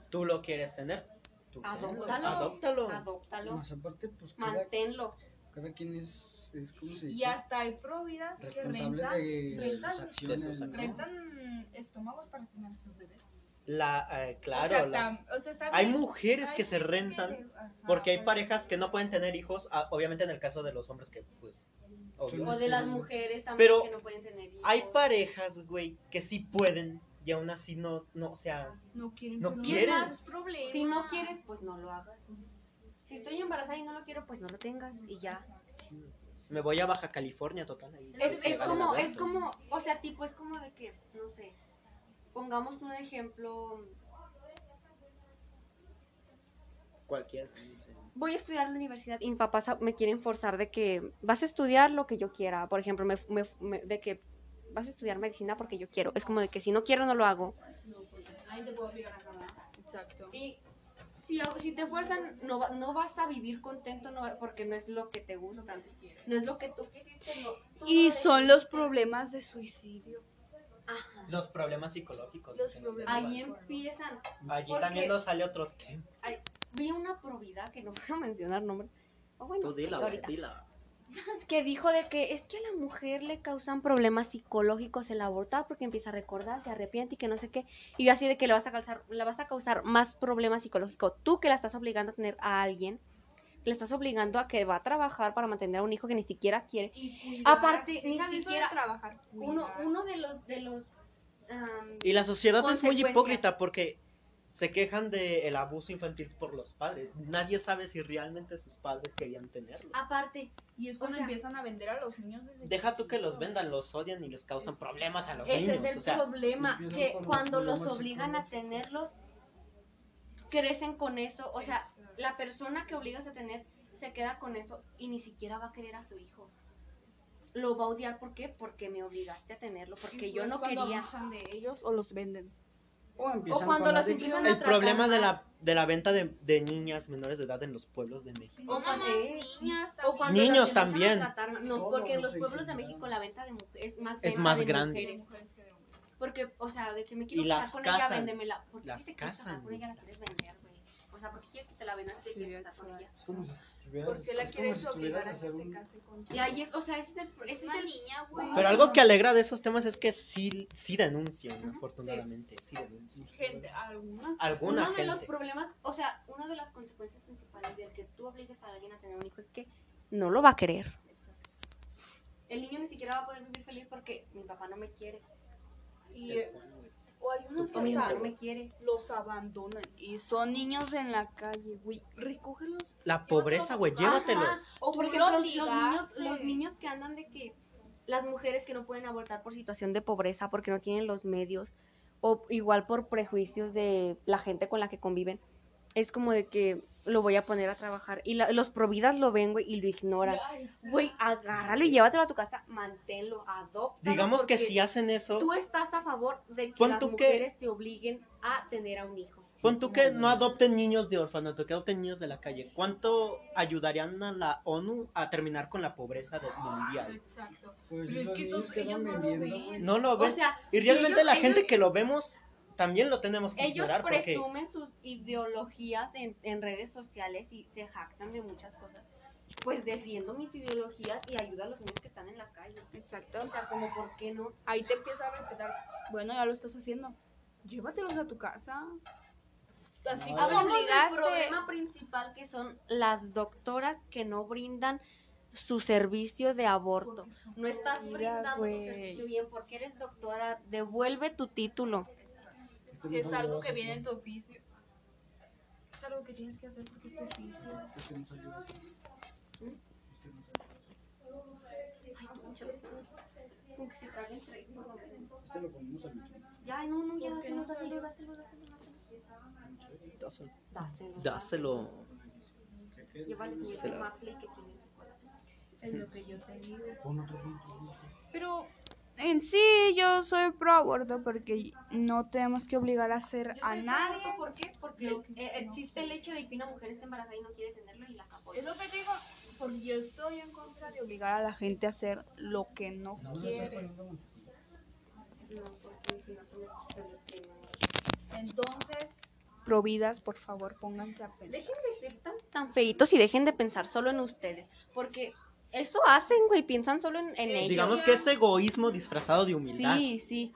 Speaker 1: Tú lo quieres tener. Tú tenlo,
Speaker 2: Adóptalo.
Speaker 1: Adóptalo.
Speaker 2: Adóptalo,
Speaker 3: Más aparte, pues cada,
Speaker 2: manténlo.
Speaker 3: cada quien es, es como se dice,
Speaker 4: Y hasta hay providas que
Speaker 3: responsable
Speaker 4: rentan,
Speaker 3: de sus
Speaker 4: rentan,
Speaker 3: acciones.
Speaker 1: De sus
Speaker 3: ¿no?
Speaker 1: acciones.
Speaker 4: rentan estómagos para tener a sus bebés.
Speaker 1: La, eh, claro,
Speaker 4: O sea,
Speaker 1: las-
Speaker 4: tam- o sea, está
Speaker 1: hay
Speaker 4: bien,
Speaker 1: mujeres
Speaker 4: hay
Speaker 1: que se
Speaker 4: gente
Speaker 1: rentan
Speaker 4: ajá,
Speaker 2: ah,
Speaker 1: porque hay
Speaker 4: pero-
Speaker 1: parejas que no pueden tener hijos, ah, obviamente en el caso de los hombres que pues obvio.
Speaker 2: O de las mujeres también
Speaker 1: Pero
Speaker 2: que no pueden tener hijos.
Speaker 1: Hay parejas, güey, que sí pueden y aún así no no, o sea,
Speaker 4: No quieren.
Speaker 1: No
Speaker 4: pero
Speaker 1: quieren.
Speaker 4: tienen esos problemas.
Speaker 2: Si no quieres, pues no lo hagas. Si estoy embarazada y no lo quiero, pues no lo tengas y ya.
Speaker 1: me voy a Baja California total ahí.
Speaker 2: Es,
Speaker 1: se
Speaker 2: es
Speaker 1: cierra el
Speaker 2: como,
Speaker 1: aborto.
Speaker 2: es como, o sea, tipo, es como de que, no sé, pongamos un ejemplo,
Speaker 1: cualquier no sé.
Speaker 2: voy a estudiar en la universidad y mis papás a- me quieren forzar de que vas a estudiar lo que yo quiera. Por ejemplo, me, me- me- de que vas a estudiar medicina porque yo quiero. Es como de que si no quiero, no lo hago.
Speaker 4: Nadie te puede obligar a nada. Exacto.
Speaker 2: Y si, si te fuerzan, no, va- no vas a vivir contento no va- porque no es lo que te gusta. No es lo que tú quisiste. no- tú
Speaker 4: Y
Speaker 2: no
Speaker 4: son
Speaker 2: eres-
Speaker 4: los problemas de suicidio.
Speaker 2: Ajá.
Speaker 1: los problemas psicológicos.
Speaker 4: Los
Speaker 1: que nos
Speaker 4: problemas.
Speaker 1: derriban.
Speaker 2: Ahí empiezan.
Speaker 1: Allí
Speaker 2: porque-
Speaker 1: también nos sale otro tema.
Speaker 2: Vi una probidad que no voy a mencionar nombre. o bueno,
Speaker 1: Tú
Speaker 2: sí,
Speaker 1: dila, güey,
Speaker 2: ahorita.
Speaker 1: dila.
Speaker 2: que dijo de que es que a la mujer le causan problemas psicológicos el abortar porque empieza a recordar, se arrepiente y que no sé qué. Y yo así de que le vas a causar, le vas a causar más problemas psicológicos. Tú que la estás obligando a tener a alguien, que le estás obligando a que va a trabajar para mantener a un hijo que ni siquiera quiere.
Speaker 4: Y cuidar.
Speaker 2: Aparte, ni
Speaker 4: Deja de eso de
Speaker 2: siquiera-
Speaker 4: trabajar.
Speaker 2: Uno,
Speaker 4: cuidar.
Speaker 2: uno de los, de los am,
Speaker 1: Y la sociedad es muy
Speaker 2: Consecuencias.
Speaker 1: hipócrita porque se quejan del abuso infantil por los padres. Nadie sabe si realmente sus padres querían tenerlo.
Speaker 2: aparte,
Speaker 4: Y es
Speaker 2: o
Speaker 4: cuando
Speaker 2: sea,
Speaker 4: empiezan a vender a los niños
Speaker 2: pues,
Speaker 4: desde
Speaker 1: Deja tú que los
Speaker 4: chiquitos.
Speaker 1: vendan, los odian y les causan problemas a los
Speaker 2: ese
Speaker 1: niños.
Speaker 2: es el
Speaker 1: o sea,
Speaker 2: problema,
Speaker 3: empiezan
Speaker 2: que
Speaker 3: con los
Speaker 2: cuando los
Speaker 3: problemas
Speaker 2: obligan a
Speaker 3: psicológicos.
Speaker 2: tenerlos, crecen con eso, o sea, la persona que obligas a tener se queda con eso y ni siquiera va a querer a su hijo. Lo va a odiar, ¿por qué? Porque me obligaste a tenerlo, porque
Speaker 4: Y
Speaker 2: yo
Speaker 4: es
Speaker 2: no
Speaker 4: pues cuando
Speaker 2: quería.
Speaker 4: abusan de ellos o los venden.
Speaker 3: O, empiezan
Speaker 2: cuando
Speaker 3: con la
Speaker 2: los
Speaker 3: adicción.
Speaker 2: empiezan a-
Speaker 1: el
Speaker 2: tratar
Speaker 1: problema de
Speaker 2: mal.
Speaker 1: la, de la venta de, de niñas menores de edad en los pueblos de México.
Speaker 2: O
Speaker 4: No
Speaker 2: cuando-
Speaker 4: más niñas
Speaker 2: O cuando
Speaker 1: Niños
Speaker 2: los empiezan a
Speaker 1: también.
Speaker 2: tratar mal. no,
Speaker 3: Todos
Speaker 2: porque en
Speaker 3: los
Speaker 2: los pueblos de
Speaker 3: en
Speaker 2: México la venta de mujeres es más,
Speaker 1: Es
Speaker 2: venta
Speaker 1: más
Speaker 2: de
Speaker 1: grande.
Speaker 2: mujeres. Porque, o sea, de que me quiero
Speaker 1: Y
Speaker 2: casar
Speaker 1: las
Speaker 2: con ella,
Speaker 1: casan.
Speaker 2: véndemela. ¿Por qué
Speaker 1: Las
Speaker 2: te quieres casar
Speaker 1: casan,
Speaker 2: con ella? La
Speaker 1: güey,
Speaker 2: quieres
Speaker 1: las
Speaker 2: vender, güey. O sea, porque quieres que te la vendas y
Speaker 6: Sí,
Speaker 2: quieres estar con ella.
Speaker 6: exacto.
Speaker 3: Es como si estuvieras-
Speaker 4: ¿Por qué la
Speaker 3: es como
Speaker 4: quieres
Speaker 3: si estuvieras
Speaker 4: obligar a que
Speaker 3: hacer
Speaker 4: se
Speaker 3: un-
Speaker 4: case con
Speaker 2: Y ahí es, o sea, ese es el, ese es el-
Speaker 4: niña, güey.
Speaker 1: Pero algo que alegra de esos temas es que sí, sí denuncian, afortunadamente. Sí, denuncian.
Speaker 4: Gente, algunas.
Speaker 1: Alguna
Speaker 2: uno de
Speaker 1: gente.
Speaker 2: los problemas, o sea, una de las consecuencias principales del que tú obligues a alguien a tener un hijo es que no lo va a querer. El niño ni siquiera va a poder vivir feliz porque mi papá no me quiere,
Speaker 4: Y, eh, o hay unas
Speaker 2: o
Speaker 4: que
Speaker 2: mi mamá
Speaker 4: hasta
Speaker 2: no me quiere.
Speaker 4: los abandonan. Y son niños en la calle, güey. Recógelos.
Speaker 1: La pobreza, güey, llévatelos.
Speaker 2: O
Speaker 4: Tú
Speaker 2: por
Speaker 4: lo
Speaker 2: ejemplo, los niños,
Speaker 4: obligaste.
Speaker 2: los niños que andan de que las mujeres que no pueden abortar por situación de pobreza, porque no tienen los medios, o igual por prejuicios de la gente con la que conviven, es como de que lo voy a poner a trabajar. Y la- los providas lo ven, güey, y lo ignoran.
Speaker 4: Ay, sí.
Speaker 2: Güey, agárralo y llévatelo a tu casa, manténlo, adopta.
Speaker 1: Digamos que si hacen eso,
Speaker 2: Tú estás a favor de que
Speaker 1: Pon
Speaker 2: las
Speaker 1: tú que-
Speaker 2: mujeres te obliguen a tener a un hijo.
Speaker 1: pon tú que no adopten niños de orfanato, que adopten niños de la calle. ¿Cuánto ayudarían a la ONU a terminar con la pobreza del mundial?
Speaker 4: Exacto.
Speaker 3: Pues
Speaker 4: Pero es
Speaker 3: los
Speaker 4: que
Speaker 3: niños
Speaker 4: esos-
Speaker 3: que
Speaker 4: ellos
Speaker 3: van
Speaker 4: no lo
Speaker 3: vendiendo,
Speaker 4: ven.
Speaker 3: güey.
Speaker 1: No lo
Speaker 2: O
Speaker 1: ves.
Speaker 2: sea,
Speaker 1: Y realmente
Speaker 2: ellos-
Speaker 1: la
Speaker 2: ellos-
Speaker 1: gente que lo vemos también lo tenemos que
Speaker 2: Ellos
Speaker 1: ignorar porque
Speaker 2: presumen sus ideologías en, en redes sociales y se jactan de muchas cosas. Pues defiendo mis ideologías y ayudo a los niños que están en la calle.
Speaker 4: Exacto.
Speaker 2: O sea, como por qué no.
Speaker 4: Ahí te empieza a respetar. Bueno, ya lo estás haciendo. Llévatelos a tu casa. Así
Speaker 3: No.
Speaker 4: como
Speaker 2: Hablamos del
Speaker 4: obligaste.
Speaker 2: problema principal que son las doctoras que no brindan su servicio de aborto. No estás
Speaker 4: Mira,
Speaker 2: brindando
Speaker 4: güey.
Speaker 2: tu servicio bien porque eres doctora. Devuelve tu título.
Speaker 3: Este
Speaker 4: Si
Speaker 3: no
Speaker 4: es
Speaker 3: soy
Speaker 4: algo
Speaker 3: yo,
Speaker 4: que
Speaker 3: soy
Speaker 4: viene en
Speaker 3: yo.
Speaker 4: tu oficio. Es algo que tienes que hacer porque es tu oficio.
Speaker 3: Este no soy yo, soy yo. Este no soy
Speaker 2: Ay, tú, mucho. Como que se traguen tres, por lo menos.
Speaker 3: yo. Este lo ponemos al último.
Speaker 2: Ya, no, no, ya, dáselo, dáselo, dáselo, dáselo, dáselo.
Speaker 1: dáselo.
Speaker 2: Dáselo.
Speaker 1: dáselo.
Speaker 3: ¿Qué- qué?
Speaker 2: Llévale mi
Speaker 1: Será.
Speaker 2: waffle que tiene chocolate.
Speaker 3: Pon otro, pon otro, pon otro.
Speaker 4: Pero en sí yo soy pro aborto porque no tenemos que obligar a hacer a nadie.
Speaker 2: ¿Por qué? Porque eh, existe el hecho de que una mujer está embarazada y no quiere tenerlo y las apoya.
Speaker 4: Es lo que te digo, porque yo estoy en contra de obligar a la gente a hacer lo que no
Speaker 3: No, no estoy
Speaker 4: quiere.
Speaker 3: poniendo mucho.
Speaker 2: No, porque si no son las personas que no-
Speaker 4: Entonces, providas, por favor, pónganse a pensar.
Speaker 2: Dejen de ser tan, tan feitos y dejen de pensar solo en ustedes. Porque eso hacen, güey, piensan solo en, en ellos.
Speaker 1: Digamos que es egoísmo disfrazado de humildad.
Speaker 2: Sí, sí.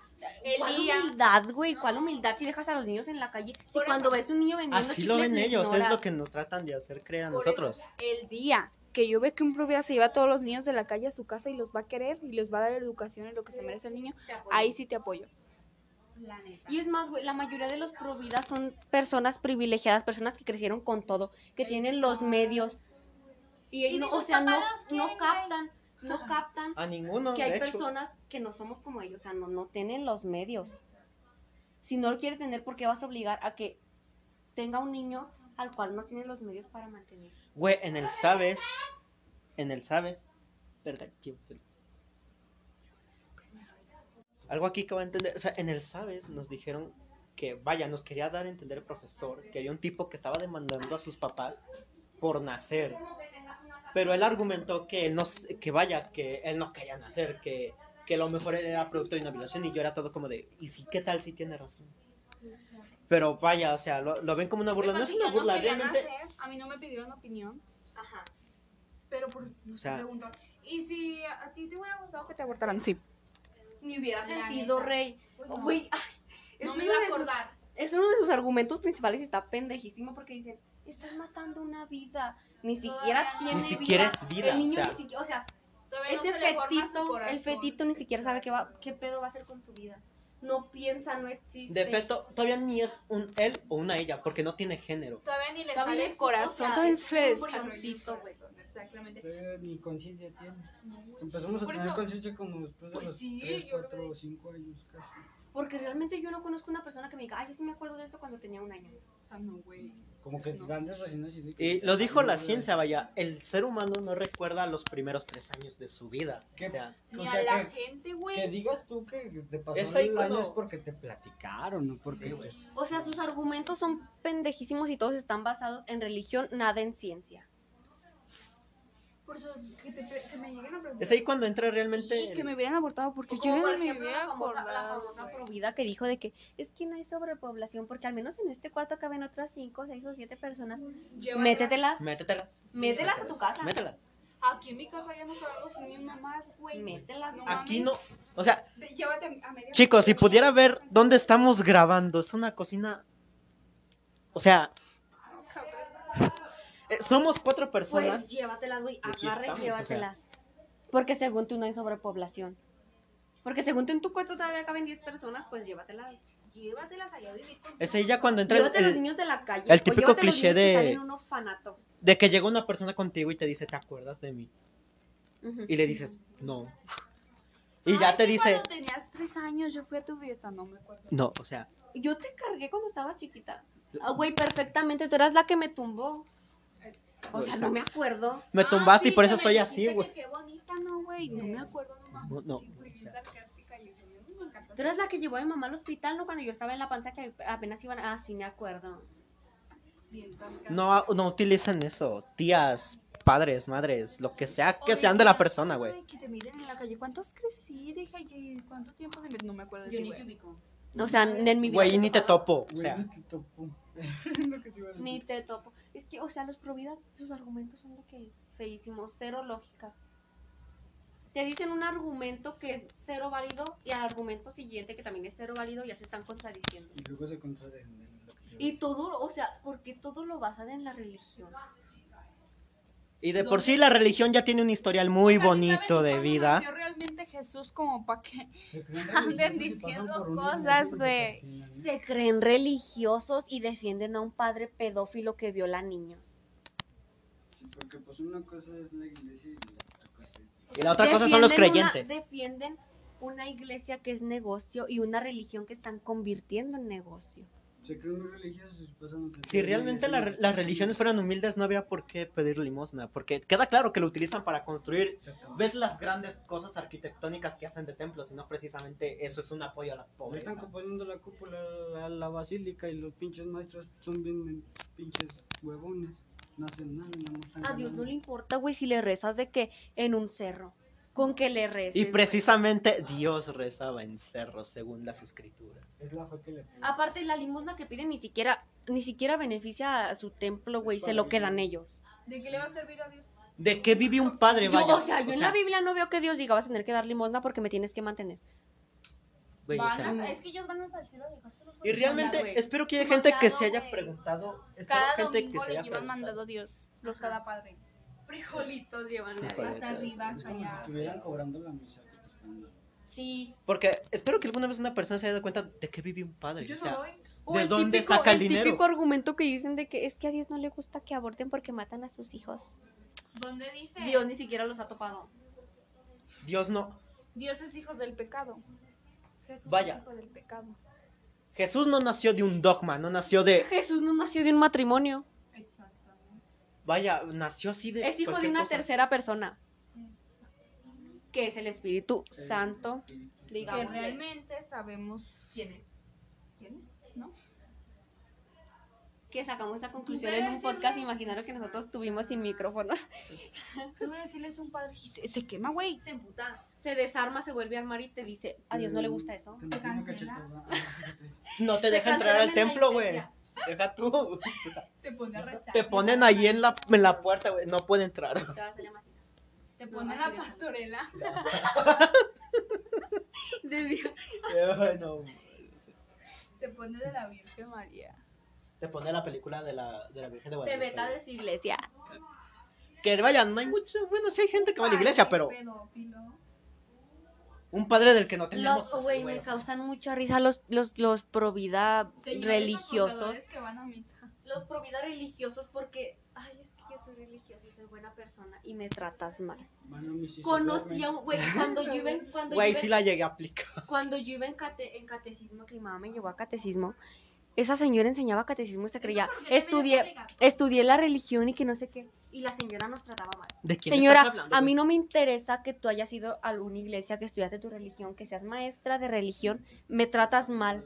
Speaker 2: ¿Cuál
Speaker 6: día-
Speaker 2: humildad, güey? ¿Cuál humildad si dejas a los niños en la calle? Si
Speaker 4: Por
Speaker 2: cuando ves un niño vendiendo
Speaker 1: Así lo
Speaker 2: chicles,
Speaker 1: ven ellos, es
Speaker 2: ignoras.
Speaker 1: lo que nos tratan de hacer creer a
Speaker 4: Por
Speaker 1: nosotros.
Speaker 4: El día que yo veo que un provida se lleva a todos los niños de la calle a su casa y los va a querer y les va a dar educación en lo que se merece el niño,
Speaker 2: Te apoyan.
Speaker 4: ahí sí te apoyo.
Speaker 2: Y es más, güey, la mayoría de los providas son personas privilegiadas, personas que crecieron con todo, que tienen los medios. Y, no- o sea, no, no captan, no captan
Speaker 1: A ninguno,
Speaker 2: que
Speaker 1: de
Speaker 2: hay
Speaker 1: hecho.
Speaker 2: personas que no somos como ellos, o sea, no, no tienen los medios. Si no lo quiere tener, ¿por qué vas a obligar a que tenga un niño al cual no tiene los medios para mantener?
Speaker 1: Güey, en el sabes, en el sabes, verga, llévaselo. Algo aquí que va a entender, o sea, en el sabes nos dijeron que, vaya, nos quería dar a entender el profesor que había un tipo que estaba demandando a sus papás por nacer. Pero él argumentó que él no, s- que vaya, que él no quería nacer, que, que lo mejor era producto de una violación y yo era todo como de, ¿y si qué tal si tiene razón? Pero vaya, o sea, lo, lo ven como una burla, no es una burla, realmente
Speaker 4: A mí no me pidieron opinión,
Speaker 2: Ajá.
Speaker 4: pero por
Speaker 1: O sea-
Speaker 4: preguntar, ¿y si a ti te hubiera gustado que te abortaran? Sí.
Speaker 2: Ni hubiera
Speaker 4: La
Speaker 2: sentido,
Speaker 4: neta.
Speaker 2: rey.
Speaker 4: Pues no.
Speaker 2: Güey, ay, es
Speaker 4: No
Speaker 2: uno
Speaker 4: me iba a
Speaker 2: de sus-
Speaker 4: acordar.
Speaker 2: es uno de sus argumentos principales y está pendejísimo porque dicen, estás matando una vida, ni siquiera
Speaker 4: Todavía no.
Speaker 2: tiene
Speaker 1: Ni siquiera
Speaker 2: vida.
Speaker 1: es vida,
Speaker 2: El niño
Speaker 1: o sea.
Speaker 2: ni siquiera, o sea,
Speaker 4: Todavía no
Speaker 2: ese
Speaker 4: se le forma su
Speaker 2: fetito,
Speaker 4: corazón.
Speaker 2: el fetito ni siquiera sabe qué va qué pedo va a hacer con su vida. No piensa, no existe.
Speaker 1: De feto, todavía ni es un él o una ella, porque no tiene género.
Speaker 4: Todavía ni le
Speaker 2: Todavía
Speaker 4: sale
Speaker 2: es-
Speaker 4: el corazón,
Speaker 2: o sea,
Speaker 4: todavía
Speaker 2: es
Speaker 4: se le
Speaker 2: un
Speaker 4: desarrolla el
Speaker 2: embrioncito, güey.
Speaker 4: corazón, Exactamente.
Speaker 3: Todavía Ni conciencia tiene. Empezamos a
Speaker 4: Por
Speaker 3: tener
Speaker 4: eso-
Speaker 3: conciencia como después de
Speaker 4: Pues
Speaker 3: los
Speaker 4: sí,
Speaker 3: 3,
Speaker 4: yo creo
Speaker 3: 4
Speaker 4: que-
Speaker 3: o 5 años casi.
Speaker 2: Porque realmente yo no conozco una persona que me diga, ay, yo sí me acuerdo de esto cuando tenía un año.
Speaker 4: O sea, no, güey.
Speaker 3: Como que
Speaker 4: No.
Speaker 3: grandes recién nacidos.
Speaker 1: Y Eh, lo dijo la ciencia, vaya, el ser humano no recuerda los primeros tres años de su vida.
Speaker 3: ¿Qué?
Speaker 1: O sea,
Speaker 4: Ni
Speaker 3: O
Speaker 4: a la
Speaker 3: sea, que,
Speaker 4: gente,
Speaker 3: que
Speaker 4: güey.
Speaker 3: digas tú que te pasó
Speaker 1: Es
Speaker 3: el
Speaker 1: ahí
Speaker 3: año
Speaker 1: cuando-
Speaker 3: es porque te platicaron, no porque...
Speaker 1: güey.
Speaker 2: O sea, sus argumentos son pendejísimos y todos están basados en religión, nada en ciencia.
Speaker 6: Por eso, que, te pre- que me lleguen a preguntar.
Speaker 1: Es ahí cuando entra realmente.
Speaker 6: Y que
Speaker 1: el-
Speaker 6: me hubieran abortado porque
Speaker 2: Como,
Speaker 6: yo
Speaker 2: por
Speaker 6: ya me
Speaker 2: ejemplo,
Speaker 6: había
Speaker 2: la famosa, la
Speaker 6: acordado.
Speaker 2: famosa
Speaker 6: güey.
Speaker 2: Provida que dijo de que es que no hay sobrepoblación, porque al menos en este cuarto caben otras 5, 6 o 7 personas.
Speaker 6: Llévatela.
Speaker 2: Métetelas,
Speaker 1: Métetelas.
Speaker 2: mételas a tu casa.
Speaker 1: Mételas.
Speaker 6: Aquí en mi casa ya no cabemos ni una más, güey.
Speaker 2: Mételas.
Speaker 1: Aquí no. O sea,
Speaker 6: Te- Llévate a- a media.
Speaker 1: Chicos, si pudiera ver dónde estamos grabando, es una cocina. O sea, eh, somos cuatro personas.
Speaker 2: Pues llévatelas, güey.
Speaker 1: Aquí
Speaker 2: Agarra
Speaker 1: estamos, o
Speaker 2: y
Speaker 1: sea.
Speaker 2: llévatelas. Porque según tú no hay sobrepoblación. Porque según tú en tu cuarto todavía caben 10 personas, pues llévatelas.
Speaker 6: Llévatelas allá a vivir con
Speaker 1: es ella cuando entra el,
Speaker 2: Llévate a los
Speaker 1: el-
Speaker 2: niños de la calle.
Speaker 1: el
Speaker 2: o
Speaker 1: típico
Speaker 2: llévate a los
Speaker 1: cliché
Speaker 2: niños que
Speaker 1: de-
Speaker 2: están en un orfanato.
Speaker 1: de que llega una persona contigo y te dice, ¿te acuerdas de mí?
Speaker 2: Ujú.
Speaker 1: Y le dices, no. Y ya te dice,
Speaker 6: Cuando tenías tres años, yo fui a tu fiesta, no me acuerdo.
Speaker 1: no, o sea,
Speaker 2: Yo te cargué cuando estabas chiquita. Ah, Güey, perfectamente. Tú eras la que me tumbó. O sea, no me Ah, acuerdo.
Speaker 1: me tumbaste y por eso
Speaker 6: Ah,
Speaker 1: estoy así, güey.
Speaker 6: Qué bonita, no, güey. No me acuerdo nomás.
Speaker 1: No, no,
Speaker 6: Sí, güey,
Speaker 1: o sea.
Speaker 6: sarcástica, yo soy muy sarcástica.
Speaker 2: Tú eras la que llevó a mi mamá al hospital, ¿no? Cuando yo estaba en la panza que apenas iban... Ah, sí, me acuerdo.
Speaker 6: Bien sarcástica.
Speaker 1: No, no utilicen eso, tías, padres, madres, lo que sea que
Speaker 6: Oye,
Speaker 1: sean de la
Speaker 6: mira,
Speaker 1: persona, güey.
Speaker 6: Ay, que te miren en la calle. ¿Cuánto has crecido, hija? ¿Y cuánto tiempo se me... No me acuerdo de
Speaker 2: Yo
Speaker 6: ti,
Speaker 2: ni
Speaker 6: güey.
Speaker 2: te ubico. O sea, en mi vida...
Speaker 1: Güey, ni te topo, o
Speaker 3: Güey,
Speaker 1: sea.
Speaker 3: ni te topo. Lo que te iba a decir.
Speaker 2: Ni te topo. Es que, o sea, los Provida, sus argumentos son de que feísimos, cero lógica. Te dicen un argumento que es cero válido y al argumento siguiente que también es cero válido ya se están contradiciendo.
Speaker 3: Y luego se contradicen. en lo que te iba a
Speaker 2: Y
Speaker 3: decir.
Speaker 2: todo, o sea, porque todo lo basan en la religión.
Speaker 1: Y de por sí la religión ya tiene un historial muy
Speaker 6: Nadie sabe
Speaker 1: bonito
Speaker 6: ni
Speaker 1: de
Speaker 6: cómo
Speaker 1: vida.
Speaker 6: nació realmente Jesús como para que
Speaker 3: Se creen
Speaker 6: anden
Speaker 3: religiosos y
Speaker 6: diciendo
Speaker 3: pasan por un
Speaker 6: cosas,
Speaker 3: negocio y se
Speaker 6: güey.
Speaker 3: persignan, ¿eh?
Speaker 2: Se creen religiosos y defienden a un padre pedófilo que viola niños.
Speaker 3: Sí, porque pues una cosa es la iglesia y la otra cosa es...
Speaker 1: Y la otra cosa son los
Speaker 2: Defienden una-
Speaker 1: creyentes.
Speaker 2: defienden una iglesia que es negocio y una religión que están convirtiendo en negocio.
Speaker 3: Se creen muy religiosos y se pasan... por
Speaker 1: Si
Speaker 3: un
Speaker 1: realmente
Speaker 3: negocio y
Speaker 1: la-
Speaker 3: se
Speaker 1: las
Speaker 3: persignan.
Speaker 1: religiones fueran humildes, no habría por qué pedir limosna, porque queda claro que lo utilizan para construir.
Speaker 3: Exactamente.
Speaker 1: ¿Ves las grandes cosas arquitectónicas que hacen de templos? Y no precisamente eso es un apoyo a la
Speaker 3: Le
Speaker 1: pobreza.
Speaker 3: están componiendo la cúpula a la basílica y los pinches maestros son bien pinches huevones. No hacen nada, nada más están
Speaker 2: A Dios no
Speaker 3: ganando.
Speaker 2: le importa, güey, si le rezas de que en un cerro. Con que le reces.
Speaker 1: Y
Speaker 2: güey.
Speaker 1: precisamente Dios rezaba en cerros, según las escrituras.
Speaker 3: Es la fe que le piden.
Speaker 2: Aparte, la limosna que piden ni siquiera, ni siquiera beneficia a su templo, güey.
Speaker 3: Es
Speaker 2: Se
Speaker 3: para
Speaker 2: lo
Speaker 3: ellos.
Speaker 2: quedan ellos.
Speaker 6: ¿De qué le va a servir a Dios?
Speaker 1: ¿De qué vive un padre,
Speaker 2: Yo,
Speaker 1: vaya?
Speaker 2: o sea, yo en la Biblia no veo que Dios diga, vas a tener que dar limosna porque me tienes que mantener.
Speaker 1: güey, o
Speaker 6: Van
Speaker 1: sea,
Speaker 6: a- es que ellos van hasta el cielo de Jesús.
Speaker 1: Y
Speaker 2: mandar, güey.
Speaker 1: realmente, espero que haya gente que se haya
Speaker 6: güey.
Speaker 1: preguntado. Espero
Speaker 6: Cada
Speaker 1: gente que
Speaker 6: domingo
Speaker 1: se
Speaker 6: le
Speaker 1: haya
Speaker 6: llevan
Speaker 1: preguntado.
Speaker 6: mandado Dios, los cada padre. Frijolitos llevan
Speaker 1: Frijolitos.
Speaker 6: hasta arriba,
Speaker 3: Es
Speaker 6: hasta
Speaker 3: como si
Speaker 6: allá.
Speaker 3: estuvieran cobrando la misa que te están dando.
Speaker 6: Sí.
Speaker 1: Porque espero que alguna vez una persona se haya dado cuenta de qué vive un padre.
Speaker 6: Yo
Speaker 1: o sea,
Speaker 6: no voy.
Speaker 2: O
Speaker 1: ¿De
Speaker 2: el
Speaker 1: dónde
Speaker 2: típico,
Speaker 1: saca el
Speaker 2: El
Speaker 1: dinero?
Speaker 2: típico argumento que dicen de que es que a Dios no le gusta que aborten porque matan a sus hijos.
Speaker 6: ¿Dónde dice?
Speaker 2: Dios ni siquiera los ha topado.
Speaker 1: Dios no.
Speaker 6: Dios es hijo del pecado. Jesús
Speaker 1: Vaya.
Speaker 6: es hijo del pecado.
Speaker 1: Jesús no nació de un dogma, no nació de.
Speaker 2: Jesús no nació de un matrimonio.
Speaker 6: Exactamente.
Speaker 1: Vaya, nació así de.
Speaker 2: Es hijo de
Speaker 1: cualquier
Speaker 2: una
Speaker 1: cosa.
Speaker 2: tercera persona. Que es el Espíritu
Speaker 3: El
Speaker 2: Santo.
Speaker 3: Espíritu Santo.
Speaker 6: Que
Speaker 2: Digamos.
Speaker 6: realmente sabemos quién es. ¿Quién es?
Speaker 2: Que sacamos esa conclusión en un podcast imaginario que nosotros tuvimos sin micrófonos.
Speaker 6: Tú voy a decirles un padre. y Se, se quema, güey.
Speaker 2: Se emputa, se desarma, se vuelve a armar y te dice, a Dios no le gusta eso.
Speaker 1: Mm.
Speaker 3: Te metí una
Speaker 6: cancela.
Speaker 3: cachetada. Ah, fíjate.
Speaker 1: No te deja entrar al templo, güey. Deja tú. O sea,
Speaker 6: Te pone a rezar.
Speaker 1: te ponen ahí en la, en la puerta, güey. No puede entrar.
Speaker 2: Te vas a la masita.
Speaker 6: Te
Speaker 2: No,
Speaker 6: pone la
Speaker 2: así de-
Speaker 6: pastorela.
Speaker 2: de Dios.
Speaker 1: Ay, no.
Speaker 6: Te pone de la Virgen María.
Speaker 1: Te pone la película de la, de la Virgen de
Speaker 2: Te
Speaker 1: Guadalupe.
Speaker 2: veta de su iglesia.
Speaker 1: güey. Que vaya, no hay mucho. Bueno, sí hay gente que va a la iglesia,
Speaker 6: Padre
Speaker 1: pero
Speaker 6: pedófilo.
Speaker 1: un padre del que no tenemos.
Speaker 2: Los,
Speaker 1: así,
Speaker 2: güey,
Speaker 1: güey,
Speaker 2: me
Speaker 1: o sea.
Speaker 2: causan mucha risa los, los, los pro vida
Speaker 6: Señores
Speaker 2: religiosos.
Speaker 6: acosadores que van a misa.
Speaker 2: Los pro vida religiosos porque, ay, es que yo soy religioso y soy buena persona y me tratas mal.
Speaker 3: Mano, mi sí se
Speaker 2: Conocí
Speaker 3: duerme.
Speaker 2: a un, güey, cuando yo iba en, cuando yo
Speaker 1: Güey,
Speaker 2: iba
Speaker 1: sí
Speaker 2: en-
Speaker 1: la llegué a aplicar.
Speaker 2: cuando yo iba en, cate- en catecismo, que mi mamá me llevó a catecismo, esa señora enseñaba catecismo y se creía, estudié, estudié la religión y que no sé qué, y la señora nos trataba mal.
Speaker 1: ¿De quién
Speaker 2: Señora,
Speaker 1: estás hablando,
Speaker 2: a mí
Speaker 1: güey?
Speaker 2: no me interesa que tú hayas ido a una iglesia, que estudiaste tu religión, que seas maestra de religión, me tratas mal.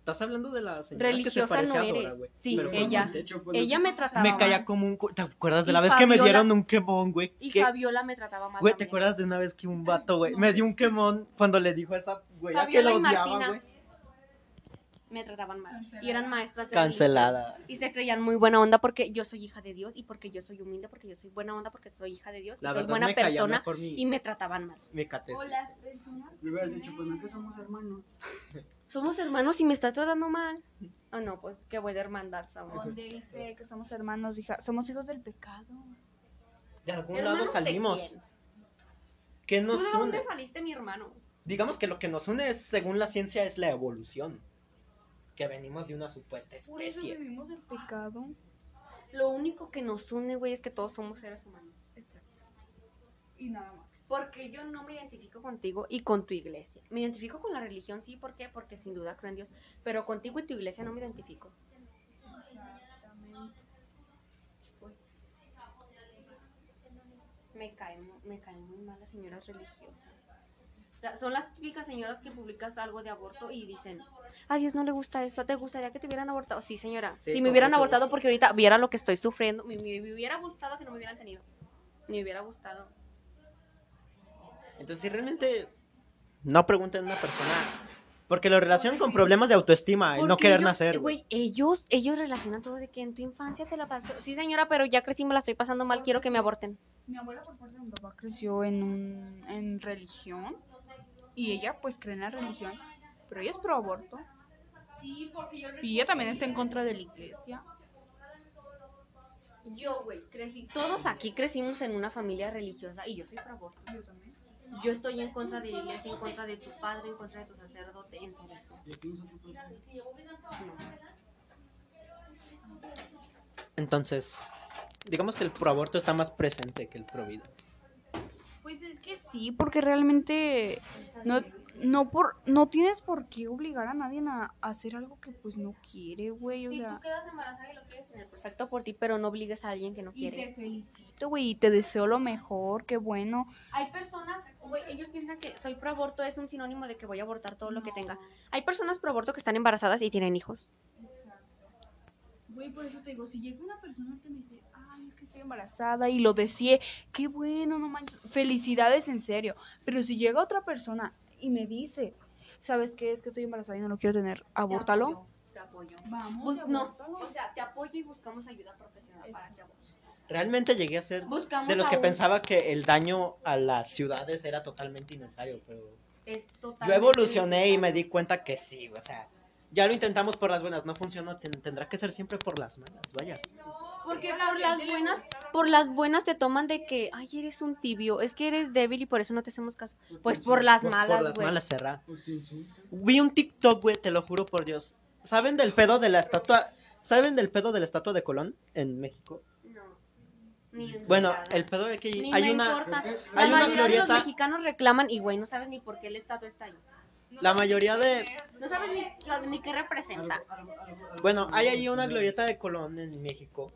Speaker 1: Estás hablando de la señora que se
Speaker 2: Religiosa
Speaker 1: parece
Speaker 2: no
Speaker 1: a Dora,
Speaker 2: eres.
Speaker 1: güey.
Speaker 2: Sí,
Speaker 1: Pero
Speaker 2: ella.
Speaker 1: bueno, de hecho,
Speaker 3: pues,
Speaker 2: Ella me trataba
Speaker 1: me caía
Speaker 2: mal.
Speaker 1: como un... cu- ¿Te acuerdas de
Speaker 2: Y
Speaker 1: la vez que me
Speaker 2: Fabiola-
Speaker 1: dieron un quemón, güey?
Speaker 2: Y
Speaker 1: Que-
Speaker 2: Fabiola me trataba mal.
Speaker 1: Güey, ¿te
Speaker 2: también.
Speaker 1: acuerdas de una vez que un vato, güey, me dio un quemón cuando le dijo a esa güey que
Speaker 2: Fabiola
Speaker 1: la
Speaker 2: y
Speaker 1: odiaba,
Speaker 2: Martina.
Speaker 1: güey?
Speaker 2: Me trataban mal. Y eran maestras de
Speaker 1: Cancelada.
Speaker 2: religión. Y se creían muy buena onda porque yo soy hija de Dios y porque yo soy humilde, porque yo soy buena onda, porque soy hija de Dios, y
Speaker 1: La
Speaker 2: soy
Speaker 1: verdad
Speaker 2: buena
Speaker 1: me caía
Speaker 2: persona.
Speaker 1: mejor mi,
Speaker 2: Y me trataban mal.
Speaker 1: mi catesis.
Speaker 3: Le hubieras dicho, pues no, que somos hermanos.
Speaker 2: Somos hermanos y me está tratando mal. Ah, no, pues qué buena hermandad somos.
Speaker 6: Donde dice que somos hermanos, hija, somos hijos del pecado.
Speaker 1: De algún
Speaker 2: Hermanos
Speaker 1: lado
Speaker 2: de
Speaker 1: salimos.
Speaker 2: quién?
Speaker 1: ¿Qué
Speaker 2: ¿Tú
Speaker 1: nos
Speaker 2: de
Speaker 1: une?
Speaker 2: dónde saliste, mi hermano?
Speaker 1: Digamos que lo que nos une, es, según la ciencia, es la evolución. Que venimos de una supuesta
Speaker 6: Por eso
Speaker 1: especie.
Speaker 6: vivimos el pecado.
Speaker 2: Lo único que nos une, güey, es que todos somos seres humanos.
Speaker 6: Y nada más.
Speaker 2: Porque yo no me identifico contigo y con tu iglesia. Me identifico con la religión, sí, ¿por qué? Porque sin duda creo en Dios. Pero contigo y tu iglesia no me identifico. Me caen, mu- me caen muy mal las señoras religiosas. La- Son las típicas señoras que publicas algo de aborto y dicen, a Dios no le gusta eso, ¿te gustaría que te hubieran abortado? Sí, señora,
Speaker 1: Sí,
Speaker 2: si
Speaker 1: con
Speaker 2: me hubieran
Speaker 1: mucho
Speaker 2: abortado
Speaker 1: gusto.
Speaker 2: porque ahorita viera lo que estoy sufriendo, me, me- me hubiera gustado que no me hubieran tenido, me hubiera gustado.
Speaker 1: Entonces, si realmente no pregunten a una persona. Porque lo relacionan con problemas de autoestima, el no
Speaker 2: Porque
Speaker 1: querer
Speaker 2: ellos-
Speaker 1: nacer. güey.
Speaker 2: Güey, ellos, ellos relacionan todo de que en tu infancia te la pasaste. Sí, señora, pero ya crecí, me la estoy pasando mal, quiero que me aborten.
Speaker 6: Mi abuela por parte de mi papá creció en un en religión y ella pues cree en la religión, pero ella es pro aborto. Y ella también está en contra de la iglesia.
Speaker 2: Yo, güey, crecí. Todos aquí crecimos en una familia religiosa y yo soy pro aborto. Yo también. Yo estoy en contra de la iglesia, en contra de tu padre, en contra de tu sacerdote, en todo eso.
Speaker 3: Y aquí nosotros, pues,
Speaker 1: Entonces, digamos que el proaborto está más presente que el pro vida.
Speaker 6: Pues es que sí, porque realmente no no por no tienes por qué obligar a nadie a hacer algo que pues no quiere, güey, o
Speaker 2: Si
Speaker 6: sea,
Speaker 2: tú quedas embarazada y lo quieres tener pues, perfecto por ti, pero no obligues a alguien que no
Speaker 6: y
Speaker 2: quiere.
Speaker 6: te felicito, güey, y te deseo lo mejor, qué bueno.
Speaker 2: Hay personas, güey, ellos piensan que soy pro aborto es un sinónimo de que voy a abortar todo lo que tenga. Hay personas pro aborto que están embarazadas y tienen hijos.
Speaker 6: Güey, por eso te digo, si llega una persona que me dice, ay, es que estoy embarazada y lo deseé, qué bueno, no manches, felicidades en serio. Pero si llega otra persona y me dice, ¿sabes qué? Es que estoy embarazada y no lo quiero tener, abórtalo. Pues,
Speaker 2: Te apoyo.
Speaker 6: Vamos,
Speaker 2: Bus- no,
Speaker 6: abórtalo.
Speaker 2: o sea, te apoyo y buscamos ayuda profesional para que abortes.
Speaker 1: Realmente llegué a ser
Speaker 2: Buscamos
Speaker 1: de los que
Speaker 2: a un-
Speaker 1: pensaba que el daño a las ciudades era totalmente innecesario, pero
Speaker 2: es
Speaker 1: yo
Speaker 2: totalmente
Speaker 1: evolucioné y me di
Speaker 2: necesario.
Speaker 1: cuenta que sí, o sea, ya lo intentamos por las buenas, no funcionó, ten- tendrá que ser siempre por las malas, vaya.
Speaker 2: Porque por las buenas, por las buenas te toman de que, ay, eres un tibio, es que eres débil y por eso no te hacemos caso. Pues por las
Speaker 1: Pues
Speaker 2: malas,
Speaker 1: por las
Speaker 2: güey.
Speaker 1: malas será.
Speaker 3: porque insulta.
Speaker 1: Vi un TikTok, güey, te lo juro por Dios. ¿Saben del pedo de la estatua? ¿Saben del pedo de la estatua de Colón en México?
Speaker 2: No. Ni en
Speaker 1: Bueno,
Speaker 2: nada.
Speaker 1: el pedo es que
Speaker 2: Ni
Speaker 1: hay
Speaker 2: me
Speaker 1: una
Speaker 2: importa.
Speaker 3: Creo que-
Speaker 2: La
Speaker 1: hay una
Speaker 2: mayoría de
Speaker 1: glorieta-
Speaker 2: los mexicanos reclaman y, güey, no sabes ni por qué el estatua está ahí.
Speaker 1: la mayoría de
Speaker 2: No sabes ni, ni qué representa.
Speaker 1: Bueno, hay ahí una glorieta de Colón en México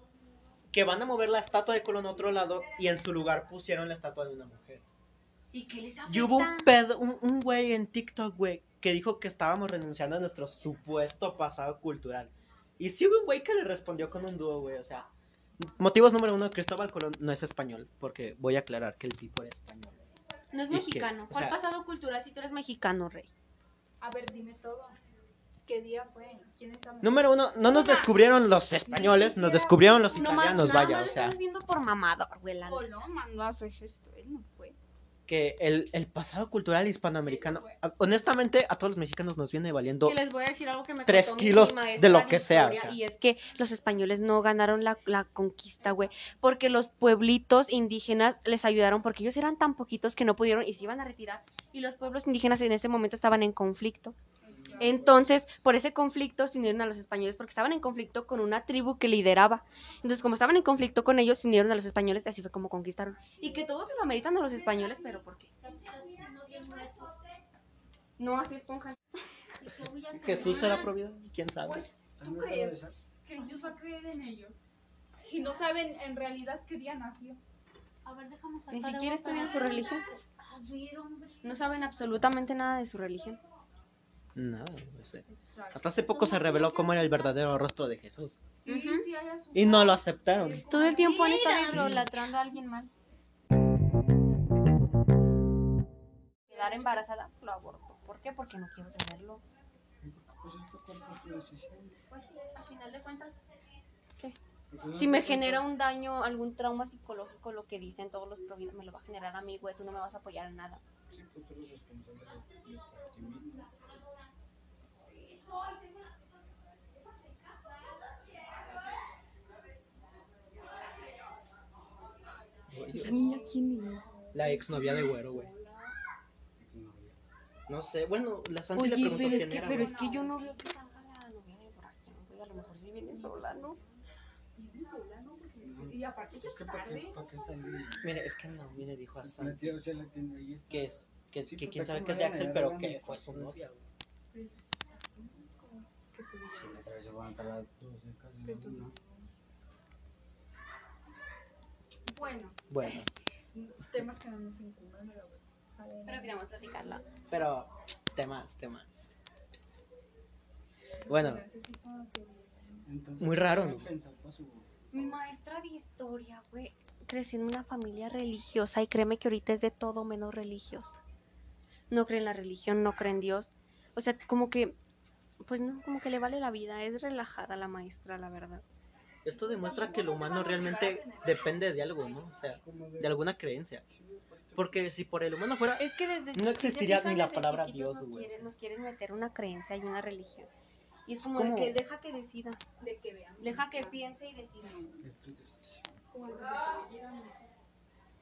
Speaker 1: que van a mover la estatua de Colón a otro lado y en su lugar pusieron la estatua de una mujer.
Speaker 2: ¿Y qué les
Speaker 1: Y hubo un pedo, un un güey en TikTok, güey, que dijo que estábamos renunciando a nuestro supuesto pasado cultural. Y sí hubo un güey que le respondió con un dúo, güey, o sea. Motivos número uno, Cristóbal Colón no es español, porque voy a aclarar que el tipo era español.
Speaker 2: No es
Speaker 1: ¿Y qué?
Speaker 2: mexicano.
Speaker 1: O
Speaker 2: ¿Cuál
Speaker 1: sea-
Speaker 2: pasado cultural si tú eres mexicano, rey?
Speaker 4: A ver, dime todo. ¿Qué día fue? ¿Quién está
Speaker 1: Número uno, no nos descubrieron los españoles, nos descubrieron los
Speaker 2: No más,
Speaker 1: italianos,
Speaker 2: nada
Speaker 1: vaya,
Speaker 2: más
Speaker 1: o
Speaker 2: lo
Speaker 1: sea.
Speaker 2: estás haciendo por mamador, güey, la neta.
Speaker 6: Colón Pues, mandó a su ejército, él no fue.
Speaker 1: que el, el pasado cultural hispanoamericano, a- honestamente, a todos los mexicanos nos viene valiendo.
Speaker 2: Que les voy a decir algo que me
Speaker 1: Tres
Speaker 2: contó mi
Speaker 1: kilos
Speaker 2: prima, es
Speaker 1: de lo
Speaker 2: la
Speaker 1: que sea,
Speaker 2: historia,
Speaker 1: o sea.
Speaker 2: Y es que los españoles no ganaron la, la conquista, güey. Porque los pueblitos indígenas les ayudaron porque ellos eran tan poquitos que no pudieron y se iban a retirar. Y los pueblos indígenas en ese momento estaban en conflicto. Entonces, por ese conflicto se unieron a los españoles porque estaban en conflicto con una tribu que lideraba. Entonces, como estaban en conflicto con ellos, se unieron a los españoles y así fue como conquistaron. Y que todos se lo ameritan a los españoles, pero ¿por qué? No, así esponja.
Speaker 1: Jesús será provido, quién sabe.
Speaker 4: Pues, ¿tú crees que Dios va a creer en ellos? Si no saben en realidad qué día nació. A ver, dejamos
Speaker 2: Ni siquiera estudian su religión.
Speaker 4: A ver, hombre.
Speaker 2: No saben absolutamente nada de su religión.
Speaker 1: No, no sé. Hasta hace poco se reveló cómo era el verdadero rostro de Jesús.
Speaker 4: Sí,
Speaker 2: Ujú.
Speaker 4: sí, hay asuntos.
Speaker 1: Y no lo aceptaron.
Speaker 2: Todo el tiempo han estado idolatrando a alguien más. Quedar embarazada, lo aborto. ¿Por qué? Porque no quiero tenerlo.
Speaker 5: Ah,
Speaker 3: Pues es tu cuerpo, tu decisión.
Speaker 2: Pues sí, al final de cuentas.
Speaker 3: Porque no
Speaker 2: Si me
Speaker 3: importa,
Speaker 5: pues
Speaker 2: genera un daño, algún trauma psicológico, lo que dicen todos los providos, me lo va a generar a mí, güey. Tú no me vas a apoyar en nada.
Speaker 3: pues, Sí, pues tú eres responsable de de por ti mismo.
Speaker 1: Oye,
Speaker 4: Esa niña, ¿quién es?
Speaker 1: La exnovia de Güero, güey. No sé, bueno, la Santi le
Speaker 5: Oye,
Speaker 1: preguntó
Speaker 5: pero es,
Speaker 1: quién
Speaker 5: que,
Speaker 1: era,
Speaker 5: pero
Speaker 1: güey.
Speaker 5: es que yo no veo que salga la novia de Brian, güey. A lo mejor sí viene sola, ¿no?
Speaker 4: Y aparte que
Speaker 3: Es
Speaker 4: es
Speaker 3: que para qué,
Speaker 4: tarde.
Speaker 3: para qué salir.
Speaker 1: Mire, es que no, mire, dijo a
Speaker 3: La
Speaker 1: Santi
Speaker 3: tía, o sea, la tiene ahí. está.
Speaker 1: que es que,
Speaker 3: Sí,
Speaker 1: que
Speaker 3: pues,
Speaker 1: quién sabe
Speaker 3: aquí
Speaker 1: que es
Speaker 3: me
Speaker 1: de Axel,
Speaker 3: van a
Speaker 1: pero
Speaker 3: dar
Speaker 1: que
Speaker 3: una
Speaker 1: fue su
Speaker 3: sorpresa.
Speaker 1: novia, güey.
Speaker 3: Sí, otra vez se van a tardar dos décadas en
Speaker 4: Pero tú-
Speaker 3: una.
Speaker 4: Bueno,
Speaker 1: Bueno,
Speaker 4: temas que no nos incumben, pero bueno. A ver,
Speaker 2: Pero queríamos platicarla.
Speaker 1: pero temas, temas. Bueno,
Speaker 4: pero ese sí como que-
Speaker 3: Entonces,
Speaker 1: Muy raro,
Speaker 3: ¿qué
Speaker 1: ¿no?
Speaker 3: pensó? Pues, su-
Speaker 2: Mi maestra de historia, güey, creció en una familia religiosa y créeme que ahorita es de todo menos religiosa. No cree en la religión, no cree en Dios. O sea, como que, pues no, como que le vale la vida. Es relajada la maestra, la verdad.
Speaker 1: esto demuestra que el humano realmente depende de algo, ¿no? O sea, de alguna creencia. Porque si por el humano fuera,
Speaker 2: Es que desde
Speaker 1: No
Speaker 2: si se
Speaker 1: existiría ni
Speaker 2: fijan,
Speaker 1: la
Speaker 2: desde
Speaker 1: palabra
Speaker 2: chiquitos
Speaker 1: Dios,
Speaker 2: nos
Speaker 1: güey,
Speaker 2: quieren-
Speaker 1: sí.
Speaker 2: Nos quieren meter una creencia y una religión. Y es como,
Speaker 1: como-
Speaker 2: de que deja que decida.
Speaker 4: De que vean.
Speaker 2: Deja que piense y decida.
Speaker 3: es tu decisión.
Speaker 4: Como de que vieran.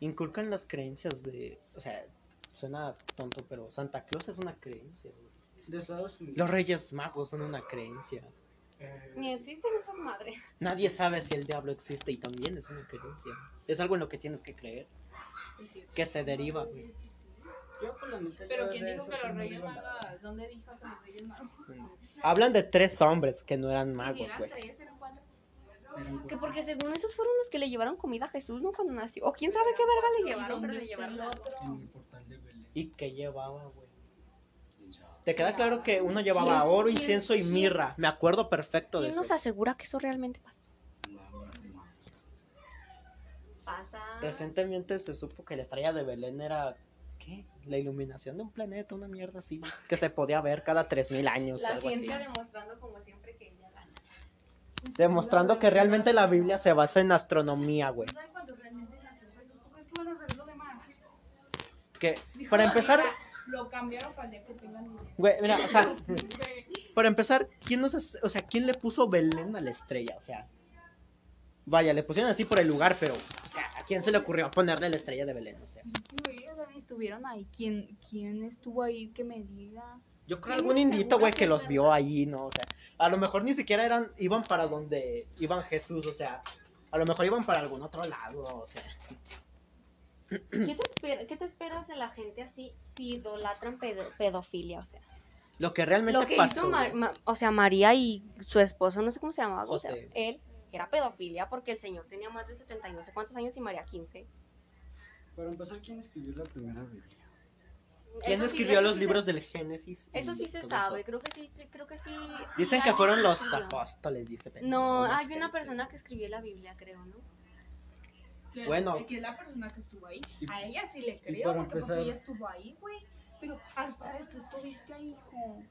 Speaker 1: inculcan las creencias de, o sea, suena tonto, pero Santa Claus es una creencia. güey.
Speaker 3: De Estados Unidos.
Speaker 1: Los Reyes Magos son una creencia.
Speaker 3: Eh,
Speaker 2: Ni existen esas madres.
Speaker 1: Nadie sabe si el diablo existe y también es una creencia. Es algo en lo que tienes que creer,
Speaker 4: Es cierto.
Speaker 1: que se deriva, güey.
Speaker 3: yo, pues, la neta,
Speaker 4: Pero
Speaker 3: yo
Speaker 4: ¿quién
Speaker 3: de
Speaker 4: dijo
Speaker 3: eso
Speaker 4: que
Speaker 3: sí
Speaker 4: los
Speaker 3: no
Speaker 4: Reyes
Speaker 3: digo nada.
Speaker 4: Magos? ¿Dónde dijo que los Reyes Magos?
Speaker 1: Hablan de tres hombres que no eran magos,
Speaker 4: Eran
Speaker 1: güey.
Speaker 4: tres, eran cuatro.
Speaker 3: Eran
Speaker 2: Que
Speaker 3: cuatro.
Speaker 2: porque según esos fueron los que le llevaron comida a Jesús, ¿no? Cuando nació. O quién sabe qué verga le llevaron, pero
Speaker 4: ¿Dónde
Speaker 2: le
Speaker 4: está
Speaker 2: llevaron
Speaker 4: el
Speaker 2: algo.
Speaker 4: otro?
Speaker 3: En el portal de Belén.
Speaker 1: ¿Y qué llevaba, güey?
Speaker 3: Ya.
Speaker 1: Te queda claro que uno llevaba oro, incienso y mirra. Me acuerdo perfecto de
Speaker 2: ¿Quién
Speaker 1: eso.
Speaker 2: nos asegura que eso realmente pasó?
Speaker 3: La broma.
Speaker 2: Pasa.
Speaker 1: Recientemente se supo que la estrella de Belén era. ¿Qué? La iluminación de un planeta, una mierda así. güey, Que se podía ver cada 3000 años.
Speaker 2: La
Speaker 1: algo así.
Speaker 2: ciencia demostrando como siempre que ella gana.
Speaker 1: Demostrando que realmente la Biblia se basa en astronomía, güey.
Speaker 4: ¿Saben cuándo realmente nació Jesús? ¿Tú crees que van a saber lo demás?
Speaker 1: Que, para empezar,
Speaker 4: Lo cambiaron para el día que tengan dinero.
Speaker 1: güey, mira, o sea, para empezar, ¿quién nos hace- o sea, quién le puso Belén a la estrella? O sea, vaya, le pusieron así por el lugar, pero, o sea, ¿a quién se le ocurrió ponerle la estrella de Belén? O sea,
Speaker 4: Güey, o sea, ni estuvieron ahí. ¿Quién, ¿Quién estuvo ahí que me diga?
Speaker 1: yo creo algún indito, güey, que los vio ahí, ¿no? O sea, a lo mejor ni siquiera eran, iban para donde iban Jesús, o sea, a lo mejor iban para algún otro lado, o sea.
Speaker 2: ¿Qué te, esper- qué te esperas de la gente así si idolatran pedo- pedofilia? O sea,
Speaker 1: Lo que realmente
Speaker 2: lo que
Speaker 1: pasó.
Speaker 2: hizo Mar-
Speaker 1: güey.
Speaker 2: Ma- o sea, María y su esposo, no sé cómo se llamaba, o sea,
Speaker 1: José.
Speaker 2: él era pedofilia porque el señor tenía más de 70 y no sé cuántos años y María 15.
Speaker 3: Para empezar, ¿quién escribió la primera Biblia?
Speaker 1: ¿Quién
Speaker 2: Eso sí-
Speaker 1: escribió
Speaker 2: eso
Speaker 1: los
Speaker 2: sí se-
Speaker 1: libros del Génesis? y
Speaker 2: eso sí se
Speaker 1: todo
Speaker 2: sabe,
Speaker 1: eso?
Speaker 2: creo que sí, sí, creo que sí. sí
Speaker 1: Dicen que
Speaker 2: alguien
Speaker 1: fueron los
Speaker 2: escribió.
Speaker 1: apóstoles, dice.
Speaker 2: No,
Speaker 1: sé.
Speaker 2: hay una persona que escribió la Biblia, creo, ¿no?
Speaker 4: Que-
Speaker 1: Bueno.
Speaker 4: Que la persona que estuvo ahí.
Speaker 3: Y-
Speaker 4: A ella sí le creo,
Speaker 3: para
Speaker 4: porque pues
Speaker 3: empezar-
Speaker 4: ella estuvo ahí, güey. Pero hasta esto estuviste ahí, hijo.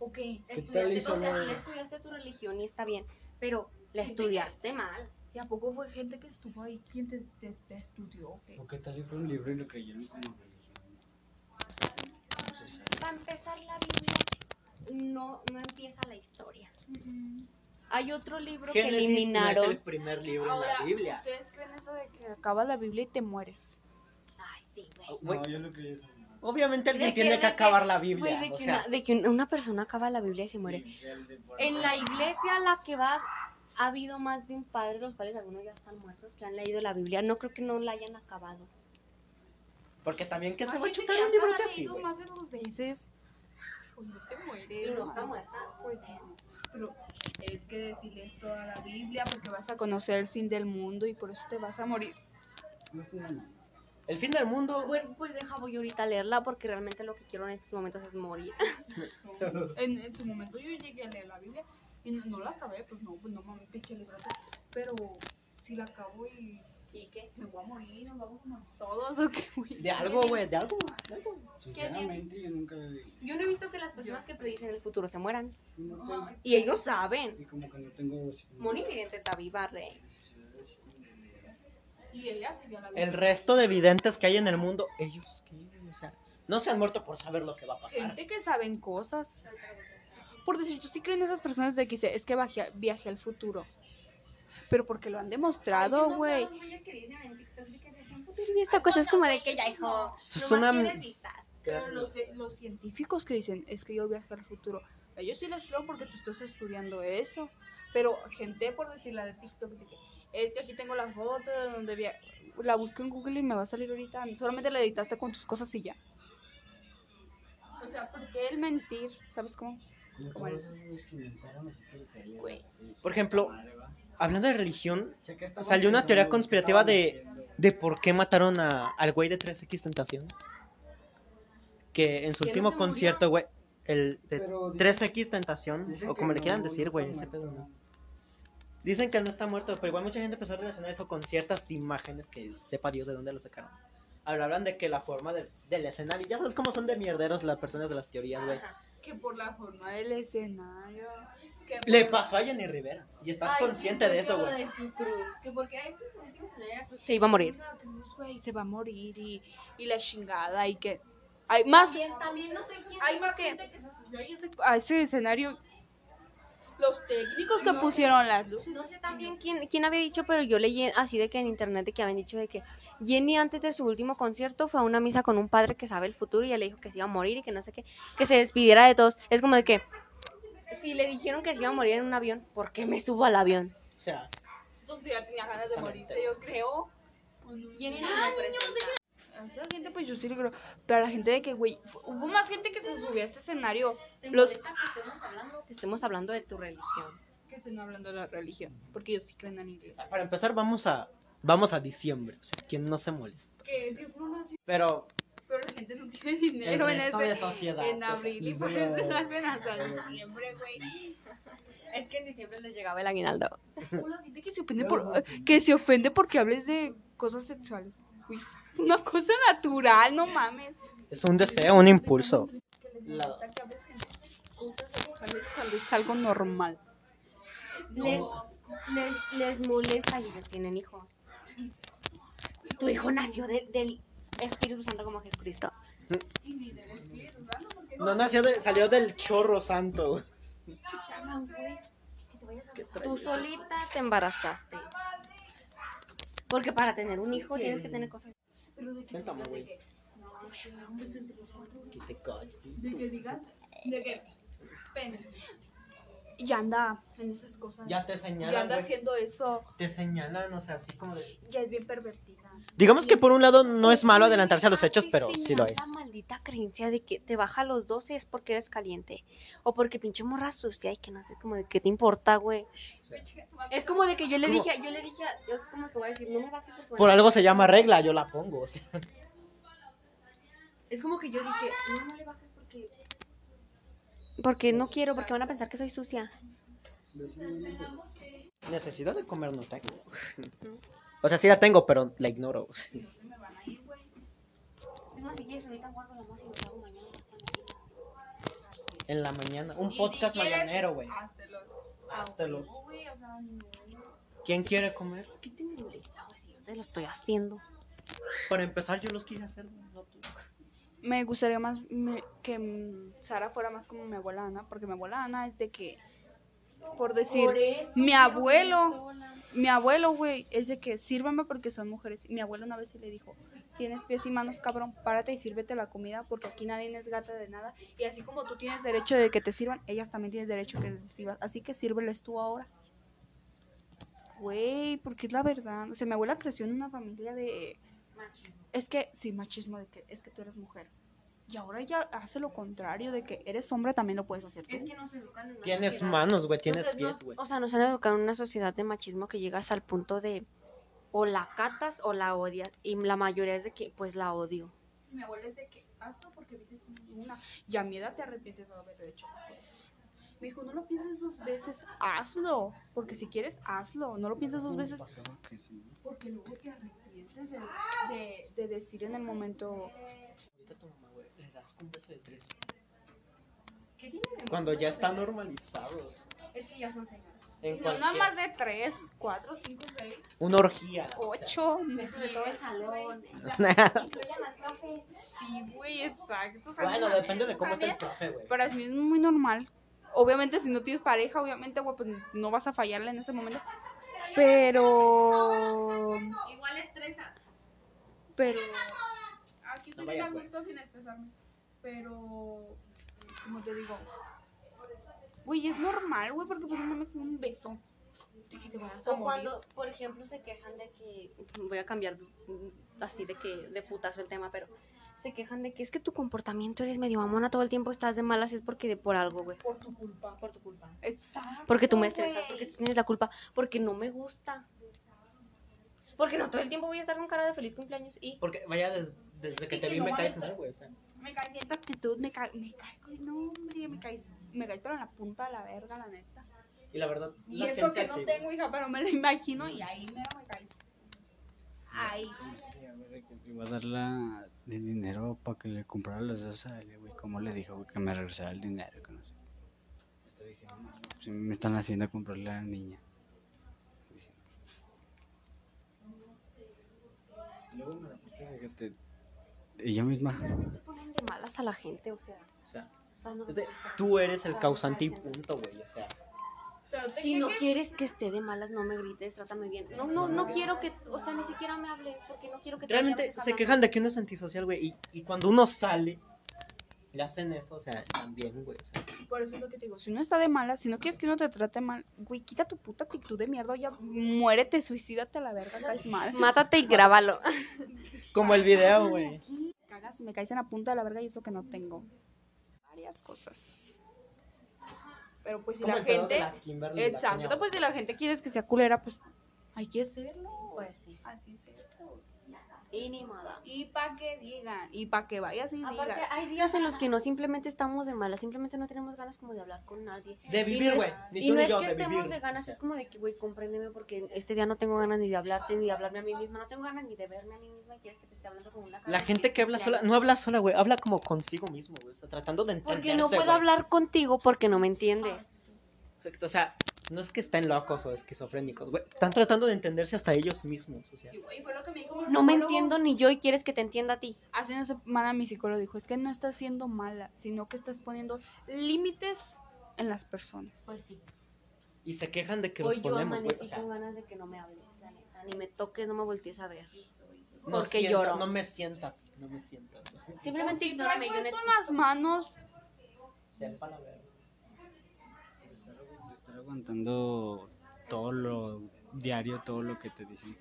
Speaker 4: ¿O qué?
Speaker 3: ¿Qué tal
Speaker 2: Estudiaste,
Speaker 3: hizo
Speaker 2: o sea,
Speaker 3: la-
Speaker 2: sí estudiaste tu religión y está bien, pero la
Speaker 4: Sí,
Speaker 2: estudiaste mal.
Speaker 4: ¿Y a poco fue gente que estuvo ahí? ¿Quién te, te- te estudió? o qué?
Speaker 3: ¿O qué tal y fue un libro y lo creyeron como religión? No se sabe.
Speaker 2: Para empezar, la Biblia no, no empieza la historia. Hay otro libro que
Speaker 1: Génesis
Speaker 2: eliminaron.
Speaker 1: No es el primer libro en la Biblia.
Speaker 4: ¿ustedes creen eso de que acaba la Biblia y te mueres?
Speaker 2: Ay, sí, güey.
Speaker 1: Oh, güey,
Speaker 3: No, yo lo creí esa mamá.
Speaker 1: Obviamente alguien
Speaker 2: De que-
Speaker 1: tiene que,
Speaker 2: de que-
Speaker 1: acabar la
Speaker 2: Güey,
Speaker 1: Biblia.
Speaker 2: de,
Speaker 1: o
Speaker 2: que
Speaker 1: sea,
Speaker 2: una, de que un- una persona acaba la Biblia y se muere.
Speaker 3: Y el de por-
Speaker 2: En la iglesia a la que vas ha habido más de un padre, los cuales algunos ya están muertos, que han leído la Biblia. No creo que no la hayan acabado.
Speaker 1: porque también que se va a
Speaker 4: Imagínate
Speaker 1: chutar
Speaker 4: que
Speaker 1: un
Speaker 4: ya
Speaker 1: librote
Speaker 4: te ha
Speaker 1: así,
Speaker 4: leído
Speaker 1: güey.
Speaker 4: más de dos veces. Hijo, no te mueres.
Speaker 2: Y no está
Speaker 4: mano.
Speaker 2: muerta.
Speaker 4: Pues no. Pero es que deciles toda la Biblia porque vas a conocer el fin del mundo y por eso te vas a morir.
Speaker 3: No es una mamá.
Speaker 1: El fin del mundo.
Speaker 2: Bueno, pues deja voy ahorita a leerla porque realmente lo que quiero en estos momentos es morir.
Speaker 4: En, en su momento yo llegué a leer la Biblia y no, no la acabé, pues no, pues no mames, pinche librote. Pero si la acabo y. ¿Y qué? Me voy a morir, nos vamos a morir todos, ¿o qué, güey?
Speaker 1: De algo, güey, de algo. de algo.
Speaker 3: Sinceramente, yo nunca le-
Speaker 2: Yo no he visto que las personas que predicen el futuro se mueran.
Speaker 3: no tengo-
Speaker 2: Y ellos saben.
Speaker 3: y como que no tengo así como-
Speaker 2: Mónica Vidente está viva, rey.
Speaker 4: Y ella se vio a la Biblia.
Speaker 1: El resto de videntes que hay en el mundo, ellos qué, güey? o sea, no se han muerto por saber lo que va a pasar.
Speaker 4: Gente que saben cosas. Por decir, yo sí creo en esas personas de que dice, es que viaje, viaje al futuro. Pero porque lo han demostrado, güey.
Speaker 2: Y esta cosa es como de que ya, hijo.
Speaker 1: Eso es
Speaker 2: nomás
Speaker 1: una-
Speaker 2: quieres vistas.
Speaker 4: Pero los, de- los científicos que dicen, es que yo viaje al futuro, a ellos sí les creo porque tú estás estudiando eso. Pero gente, por decir la de TikTok, de que, es que aquí tengo la foto de donde via La busco en Google y me va a salir ahorita. Solamente la editaste con tus cosas y ya. O sea, ¿por qué el mentir? ¿Sabes cómo?
Speaker 3: No, como
Speaker 4: Bueno.
Speaker 3: esos güeyes que inventaron así que te leían
Speaker 4: Güey.
Speaker 3: así, su
Speaker 1: Por ejemplo,
Speaker 3: madre, va.
Speaker 1: Hablando de religión,
Speaker 3: O sea, que estaban
Speaker 1: salió una
Speaker 3: pensando,
Speaker 1: teoría
Speaker 3: güey,
Speaker 1: conspirativa
Speaker 3: estaban
Speaker 1: de-
Speaker 3: diciendo,
Speaker 1: de por qué mataron a, al güey de 3X Tentación. Que en su
Speaker 2: ¿Que no
Speaker 1: último
Speaker 2: se murió?
Speaker 1: concierto, güey, el de
Speaker 3: Pero dicen-
Speaker 1: 3X Tentación,
Speaker 3: dicen
Speaker 1: o
Speaker 3: que
Speaker 1: como le
Speaker 3: no,
Speaker 1: quieran
Speaker 3: no
Speaker 1: decir,
Speaker 3: está
Speaker 1: güey, ese
Speaker 3: muerto,
Speaker 1: pedo,
Speaker 3: ¿no?
Speaker 1: ¿no? Dicen que no está muerto, pero igual mucha gente empezó a relacionar eso con ciertas imágenes que sepa Dios de dónde lo sacaron. Hablaban de que la forma del, del escenario, ya sabes cómo son de mierderos las personas de las teorías, güey.
Speaker 4: Que por la forma del escenario. Que
Speaker 1: Le
Speaker 4: por-
Speaker 1: pasó a Jenny Rivera, y estás consciente de eso, güey.
Speaker 2: Se iba a morir.
Speaker 4: la cruz, güey, se va a morir y, y la chingada y que... Hay más...
Speaker 2: También no sé quién
Speaker 4: Hay más gente que se subió ahí a ese, a ese escenario. Los técnicos que pusieron las luces.
Speaker 2: No sé también quién, quién había dicho, pero yo leí así de que en internet de que habían dicho de que Jenny antes de su último concierto fue a una misa con un padre que sabe el futuro y ya le dijo que se iba a morir y que no sé qué, que se despidiera de todos. Es como de que si le dijeron que se iba a morir en un avión, ¿por qué me subo al avión?
Speaker 1: O sea,
Speaker 4: Entonces ya tenía ganas de morirse, yo creo. Jenny, A esa gente, pues yo sí lo creo. Pero a la gente de que, güey, fu- hubo más gente que se subió a ese escenario. Los
Speaker 2: Que estemos hablando de tu religión.
Speaker 4: que estén hablando de la religión. Porque ellos sí creen en inglés.
Speaker 1: para empezar vamos a vamos a diciembre, o sea, quien no se molesta.
Speaker 4: Que Dios no nació,
Speaker 1: Pero
Speaker 4: pero la gente no tiene
Speaker 1: el
Speaker 4: dinero en
Speaker 1: resto de
Speaker 4: ese.
Speaker 1: sociedad,
Speaker 4: En
Speaker 1: o sea, eh,
Speaker 4: abril y
Speaker 3: no
Speaker 4: por
Speaker 3: sé.
Speaker 4: eso nacen hasta diciembre, güey.
Speaker 2: Es que en diciembre les llegaba el aguinaldo.
Speaker 4: O la gente que se ofende por, eh, que se ofende porque hables de cosas sexuales. Uy, es una cosa natural, no mames.
Speaker 1: es un deseo, un impulso. La-
Speaker 4: Hasta que hables de cosas sexuales cuando es algo normal.
Speaker 2: Les, les, les molesta y ellos tienen hijos. Tu hijo nació de- del Espíritu Santo como Jesucristo.
Speaker 1: No nació de- salió del chorro santo. güey.
Speaker 2: Tú solita te embarazaste. Porque para tener un hijo tienes que tener cosas.
Speaker 1: Siéntame, güey. Que te calles.
Speaker 4: Y anda en esas cosas.
Speaker 1: Ya te
Speaker 4: Y
Speaker 1: señalan,
Speaker 4: anda
Speaker 1: güey.
Speaker 4: haciendo eso.
Speaker 1: te señalan, o sea, así como de...
Speaker 4: Ya es bien pervertida.
Speaker 1: Digamos que por un lado no es malo adelantarse a los hechos, Pues, pero sí lo es.
Speaker 2: La maldita creencia de que te baja a los 12 es porque eres caliente. O porque pinche morra sucia y que no sé, como de qué te importa, güey. Es como de que yo le
Speaker 1: como-
Speaker 2: dije, a- yo le dije, a- es como que voy a decir, no me bajes porque voy a
Speaker 1: Por algo se llama regla, yo la pongo, o sea.
Speaker 2: Es como que yo dije, no, no le bajes porque... Porque no quiero, porque van a pensar que soy sucia.
Speaker 1: Necesidad de comer no tengo. O sea, sí la tengo, pero la ignoro. En la mañana, un podcast mañanero, güey. Háztelo. ¿Quién quiere comer?
Speaker 2: ¿Qué te molesta? Pues si yo te lo estoy haciendo.
Speaker 1: Para empezar, yo los quise hacer, güey, no tú.
Speaker 4: Me gustaría más me- que mm, Sara fuera más como mi abuela Ana, porque mi abuela Ana es de que, por decir, mi abuelo, mi abuelo, güey, es de que sírvame porque son mujeres. Mi abuelo una vez sí le dijo, tienes pies y manos, cabrón, párate y sírvete la comida porque aquí nadie es gata de nada. Y así como tú tienes derecho de que te sirvan, ellas también tienen derecho que te sirvan. Así que sírveles tú ahora. Güey, porque es la verdad. O sea, mi abuela creció en una familia de... Es que, sí, machismo de que es que tú eres mujer. Y ahora ella hace lo contrario, de que eres hombre también lo puedes hacer tú.
Speaker 2: nos educan en
Speaker 1: Tienes manos, güey, tienes pies, güey.
Speaker 2: O sea, nos han educado en una sociedad de machismo que llegas al punto de o la acatas o la odias. Y la mayoría es de que, pues la odio.
Speaker 4: Mi abuela es de que hazlo porque vives una. Y a mi edad te arrepientes de no haber hecho las cosas. Me dijo, no lo pienses dos veces, hazlo. Porque si quieres, hazlo. No lo pienses dos veces. Porque luego te arrepientes de, de- de decir en el momento.
Speaker 1: Ahorita tu mamá, güey, le das un beso de tres. Cuando ya están normalizados.
Speaker 2: Es que ya son señoras.
Speaker 1: En
Speaker 4: No, nada
Speaker 1: cualquier-
Speaker 4: más de tres, cuatro, cinco, seis,
Speaker 1: Una orgía. o sea.
Speaker 4: ocho.
Speaker 2: de todo el salón.
Speaker 4: Sí, güey, exacto. o sea,
Speaker 1: Bueno,
Speaker 4: no mames,
Speaker 1: depende de cómo esté el
Speaker 4: también
Speaker 1: profe, güey.
Speaker 4: Para mí es muy normal. Obviamente, si no tienes pareja, obviamente, güey, pues no vas a fallarle en ese momento. Pero.
Speaker 2: Igual estresa.
Speaker 4: Pero. Aquí
Speaker 1: No
Speaker 4: estoy bien
Speaker 1: vayas,
Speaker 4: a
Speaker 1: güey.
Speaker 4: gusto sin estresarme. Pero. Como te digo. Güey, es normal, güey, porque pues no mames un beso. De que te vas
Speaker 2: O
Speaker 4: a morir.
Speaker 2: cuando, por ejemplo, se quejan de que, voy a cambiar mm, así de que, de putazo el tema, pero se quejan de que es que tu comportamiento eres medio mamona todo el tiempo, estás de malas, es porque de por algo, güey.
Speaker 4: Por tu culpa.
Speaker 2: Por tu culpa.
Speaker 4: Exacto.
Speaker 2: Porque tú me
Speaker 4: güey.
Speaker 2: estresas, porque tú tienes la culpa, porque no me gusta. Porque no todo el tiempo voy a estar con cara de feliz cumpleaños y...
Speaker 1: Porque, vaya, des- desde que
Speaker 4: Y
Speaker 1: te
Speaker 4: que
Speaker 1: vi
Speaker 4: no
Speaker 1: me caes
Speaker 4: mames,
Speaker 1: mal, güey. O sea,
Speaker 4: Me caes bien tu actitud, me caes. Me caes, güey, no, hombre, me caes. Me caes, pero en la punta de la verga, la neta.
Speaker 1: y la verdad,
Speaker 4: Y
Speaker 1: la
Speaker 4: eso
Speaker 1: gente
Speaker 4: que no
Speaker 1: así, güey.
Speaker 4: tengo, hija, pero me lo imagino y ahí mero me caes. Ahí.
Speaker 3: Iba Pues a darle de dinero para que le comprara las dos a él, güey. ¿Cómo le dijo, güey, que me regresara el dinero? Que no sé. Hasta dije, no, mames, pues, me están haciendo comprarle a la niña. Dije, no. Luego me la puse, fíjate. Ella misma.
Speaker 2: Te ponen de malas a la gente, o sea...
Speaker 1: O sea,
Speaker 2: estás normal.
Speaker 1: es de, tú eres
Speaker 4: Ah,
Speaker 1: el causante y punto, güey. O sea,
Speaker 4: O sea, te
Speaker 2: Si no
Speaker 4: quejes,
Speaker 2: quieres que esté de malas, no me grites, trátame bien. No, no, no quiero que, o sea, ni siquiera me hables, porque no quiero que... te
Speaker 1: realmente
Speaker 2: vayas
Speaker 1: se
Speaker 2: hablando.
Speaker 1: quejan de que uno es antisocial, güey. Y, y cuando uno sale, le hacen eso, o sea, también, güey. O sea,
Speaker 4: Por eso es lo que te digo. Si uno está de mala, si no quieres que uno te trate mal, güey, quita tu puta actitud de mierda. Ya muérete, suicídate a la verga, caes mal.
Speaker 2: Mátate y grábalo.
Speaker 1: como el video, güey.
Speaker 4: pues, Cagas, me caes en la punta de la verga y eso que no tengo. Varias cosas. Pero pues
Speaker 1: Es
Speaker 4: si
Speaker 1: como
Speaker 4: la
Speaker 1: el pedo de
Speaker 4: gente.
Speaker 1: la Kimberly y la
Speaker 4: Exacto,
Speaker 1: Kenia
Speaker 4: pues si la
Speaker 1: Ortega,
Speaker 4: gente quieres que sea culera, pues hay que hacerlo.
Speaker 2: Pues sí.
Speaker 4: Así es esto.
Speaker 2: Y ni modo.
Speaker 4: Y pa' que digan, y pa' que vayas y
Speaker 2: Aparte,
Speaker 4: digas.
Speaker 2: hay días en los que no simplemente estamos de malas, simplemente no tenemos ganas como de hablar con nadie.
Speaker 1: De
Speaker 2: Y no
Speaker 1: vivir,
Speaker 2: es-
Speaker 1: güey. Ni
Speaker 2: Y
Speaker 1: tú
Speaker 2: no
Speaker 1: ni
Speaker 2: es
Speaker 1: yo,
Speaker 2: que
Speaker 1: de
Speaker 2: estemos
Speaker 1: vivir.
Speaker 2: de
Speaker 1: O
Speaker 2: ganas,
Speaker 1: sea,
Speaker 2: es como de que, güey, compréndeme porque este día no tengo ganas ni de hablarte, ni de hablarme a mí misma, no tengo ganas ni de verme a mí misma y quieres que te esté hablando con una cara
Speaker 1: La
Speaker 2: de
Speaker 1: gente que habla sola, no habla sola, güey. Habla como consigo mismo, güey. Está tratando de entenderse,
Speaker 2: Porque no puedo
Speaker 1: güey.
Speaker 2: hablar contigo porque no me entiendes.
Speaker 1: Exacto, o sea, no es que estén locos o esquizofrénicos, güey. Están tratando de entenderse hasta ellos mismos, o sea.
Speaker 4: Sí, güey, fue lo que me dijo mi
Speaker 2: No me
Speaker 4: psicólogo.
Speaker 2: entiendo ni yo y quieres que te entienda a ti.
Speaker 4: Hace una semana mi psicólogo dijo, es que no estás siendo mala, sino que estás poniendo límites en las personas.
Speaker 2: Pues sí.
Speaker 1: Y se quejan de que
Speaker 2: Hoy
Speaker 1: los
Speaker 2: yo
Speaker 1: ponemos, güey.
Speaker 2: amanecí
Speaker 1: O sea,
Speaker 2: con ganas de que no me hables, la neta. Ni me toques, no me voltees a ver.
Speaker 1: no,
Speaker 2: porque
Speaker 1: sienta-
Speaker 2: lloro.
Speaker 1: no me sientas, no me sientas. güey.
Speaker 2: Simplemente
Speaker 4: Porque
Speaker 2: ignórame,
Speaker 4: traigo
Speaker 2: yo no
Speaker 4: esto en
Speaker 2: existo.
Speaker 4: las manos.
Speaker 1: Sepa la verdad.
Speaker 3: Estar aguantando todo lo diario, todo lo que te dicen.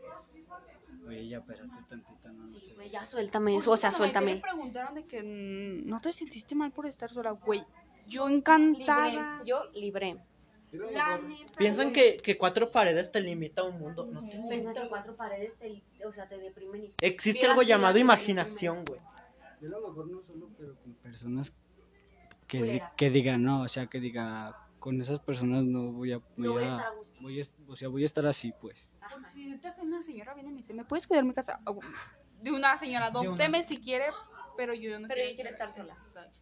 Speaker 3: Oye, ya espérate tantito, no, no
Speaker 2: Sí,
Speaker 3: sé.
Speaker 2: güey, Pues ya suéltame, o sea,
Speaker 4: Justamente
Speaker 2: suéltame.
Speaker 4: Me preguntaron de que mm, no te sentiste mal por estar sola, güey. Yo encantada.
Speaker 2: Libré, yo libré.
Speaker 4: La neta,
Speaker 1: Piensan
Speaker 4: güey.
Speaker 1: que, que cuatro paredes te limita a un mundo. No te
Speaker 2: Piensa
Speaker 1: limita,
Speaker 2: que
Speaker 1: güey.
Speaker 2: cuatro paredes te, o sea, te deprimen y...
Speaker 1: Existe
Speaker 2: Vieras
Speaker 1: algo
Speaker 2: que las
Speaker 1: llamado
Speaker 2: que
Speaker 1: imaginación, güey.
Speaker 3: Yo a lo mejor no solo, pero con personas que, di-
Speaker 2: Culeras.
Speaker 3: que digan, no, o sea, que diga, con esas personas no voy a...
Speaker 2: No voy a estar a gusto.
Speaker 3: voy a est- o sea, voy a estar así, pues.
Speaker 2: Ajá.
Speaker 4: Por cierto, que una señora viene y me dice, ¿me puedes cuidar mi casa? Ah, güey. De una señora,
Speaker 1: una.
Speaker 4: adópteme si quiere, pero yo no
Speaker 2: Pero yo quiero
Speaker 4: estar
Speaker 2: estar sola.
Speaker 4: Exacto.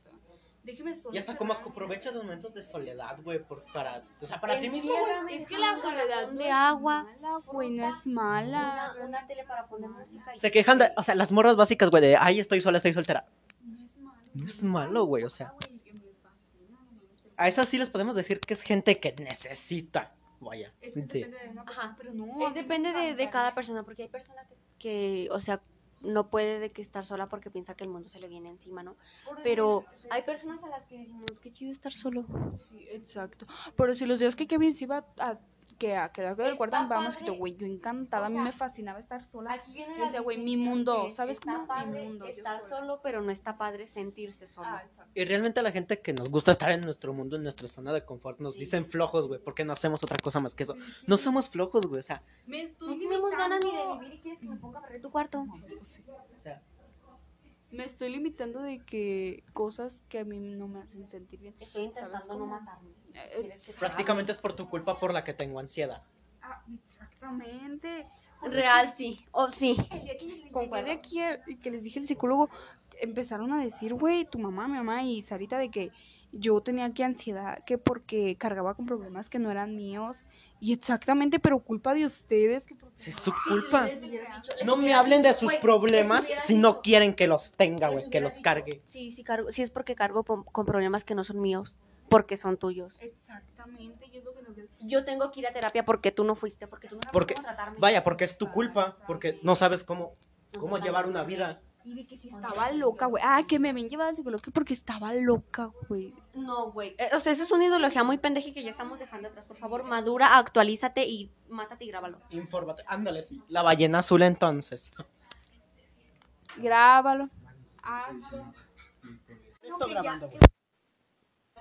Speaker 4: Déjeme sola.
Speaker 1: Y hasta como
Speaker 4: encerrada.
Speaker 1: aprovecha los momentos de soledad, güey, por- para, o sea, para ti mismo, güey.
Speaker 2: Enciérrame,
Speaker 4: Es que la
Speaker 2: déjame un
Speaker 4: soledad
Speaker 2: garrafón
Speaker 4: no
Speaker 2: de
Speaker 4: es
Speaker 2: agua,
Speaker 4: mala, güey, no es mala.
Speaker 2: una, una tele para poner música. y-
Speaker 1: Se quejan de, o sea, las morras básicas, güey, de, ay, estoy sola, estoy soltera.
Speaker 4: No es malo.
Speaker 1: No es malo, güey, o sea. A esas sí les podemos decir que es gente que necesita. Vaya.
Speaker 4: Es que
Speaker 1: sí.
Speaker 4: depende de una persona,
Speaker 2: Ajá.
Speaker 4: pero no. a
Speaker 2: Es
Speaker 4: mí me
Speaker 2: depende de, de
Speaker 4: encanta.
Speaker 2: cada persona, porque hay personas que, que, o sea, no puede de que estar sola porque piensa que el mundo se le viene encima, ¿no?
Speaker 4: Por
Speaker 2: Pero
Speaker 4: decir-
Speaker 2: hay personas a las que decimos, qué chido estar solo.
Speaker 4: Sí, exacto. Pero si los días que Kevin se iba a, que a quedar con el
Speaker 2: Está
Speaker 4: cuarto, vamos, que
Speaker 2: padre.
Speaker 4: güey, yo encantada,
Speaker 2: O
Speaker 4: a mí
Speaker 2: sea,
Speaker 4: me fascinaba estar sola.
Speaker 2: Aquí viene
Speaker 4: Yo
Speaker 2: la
Speaker 4: decía, güey, mi
Speaker 2: distinción
Speaker 4: mundo,
Speaker 2: que
Speaker 4: ¿sabes
Speaker 2: está
Speaker 4: cómo? Mi
Speaker 2: padre
Speaker 4: mundo, yo
Speaker 2: estar
Speaker 4: sola.
Speaker 2: solo, pero no está padre sentirse solo.
Speaker 4: Ah, exacto.
Speaker 1: Y realmente la gente que nos gusta estar en nuestro mundo, en nuestra zona de confort, nos
Speaker 2: Sí.
Speaker 1: dicen flojos, güey, porque no hacemos otra cosa más que eso. No somos flojos, güey, o sea,
Speaker 4: Me estoy
Speaker 2: tenemos ganas ni de vivir y quieres que me ponga a barrer tu cuarto.
Speaker 1: O sea,
Speaker 6: Me estoy limitando de que cosas que a mí no me hacen sentir bien.
Speaker 2: Estoy
Speaker 6: ¿Sabes
Speaker 2: intentando
Speaker 6: cómo?
Speaker 2: no matarme.
Speaker 6: Eh, eh,
Speaker 2: ¿Quieres que-
Speaker 1: prácticamente es por tu culpa por la que tengo ansiedad.
Speaker 6: ah, exactamente.
Speaker 2: Real, sí. O sí.
Speaker 6: Llegué de aquí al- y que les dije el psicólogo, empezaron a decir, güey, tu mamá, mi mamá y Sarita, de que yo tenía aquí ansiedad, que porque cargaba con problemas que no eran míos. Y exactamente, pero culpa de ustedes. que porque-
Speaker 1: Si es su
Speaker 2: Sí,
Speaker 1: culpa.
Speaker 2: les hubieras dicho- les
Speaker 1: No me
Speaker 2: hubieras
Speaker 1: hablen de
Speaker 2: dicho,
Speaker 1: sus
Speaker 2: güey,
Speaker 1: problemas
Speaker 2: les hubieras
Speaker 1: si no
Speaker 2: dicho-
Speaker 1: quieren que los tenga,
Speaker 2: les
Speaker 1: güey, que
Speaker 2: hubieras
Speaker 1: los
Speaker 2: dicho,
Speaker 1: cargue.
Speaker 2: Sí, sí, cargo. Sí, es porque cargo pon- con problemas que no son míos, porque son tuyos.
Speaker 6: Exactamente, y es lo que no-
Speaker 2: Yo tengo que ir a terapia porque tú no fuiste, porque tú no sabes
Speaker 1: Porque-
Speaker 2: cómo tratarme.
Speaker 1: Vaya, porque es tu culpa, porque no sabes cómo, cómo llevar una vida.
Speaker 6: Y de que si estaba loca, güey. Ah, que me habían llevado al psicólogo que porque estaba loca, güey.
Speaker 2: No, güey. Eh, O sea, esa es una ideología muy pendeja que ya estamos dejando atrás. Por favor, madura, actualízate y mátate y grábalo.
Speaker 1: Infórmate. Ándale, sí. La ballena azul entonces.
Speaker 6: Grábalo.
Speaker 4: Ah,
Speaker 1: Esto grabando. güey.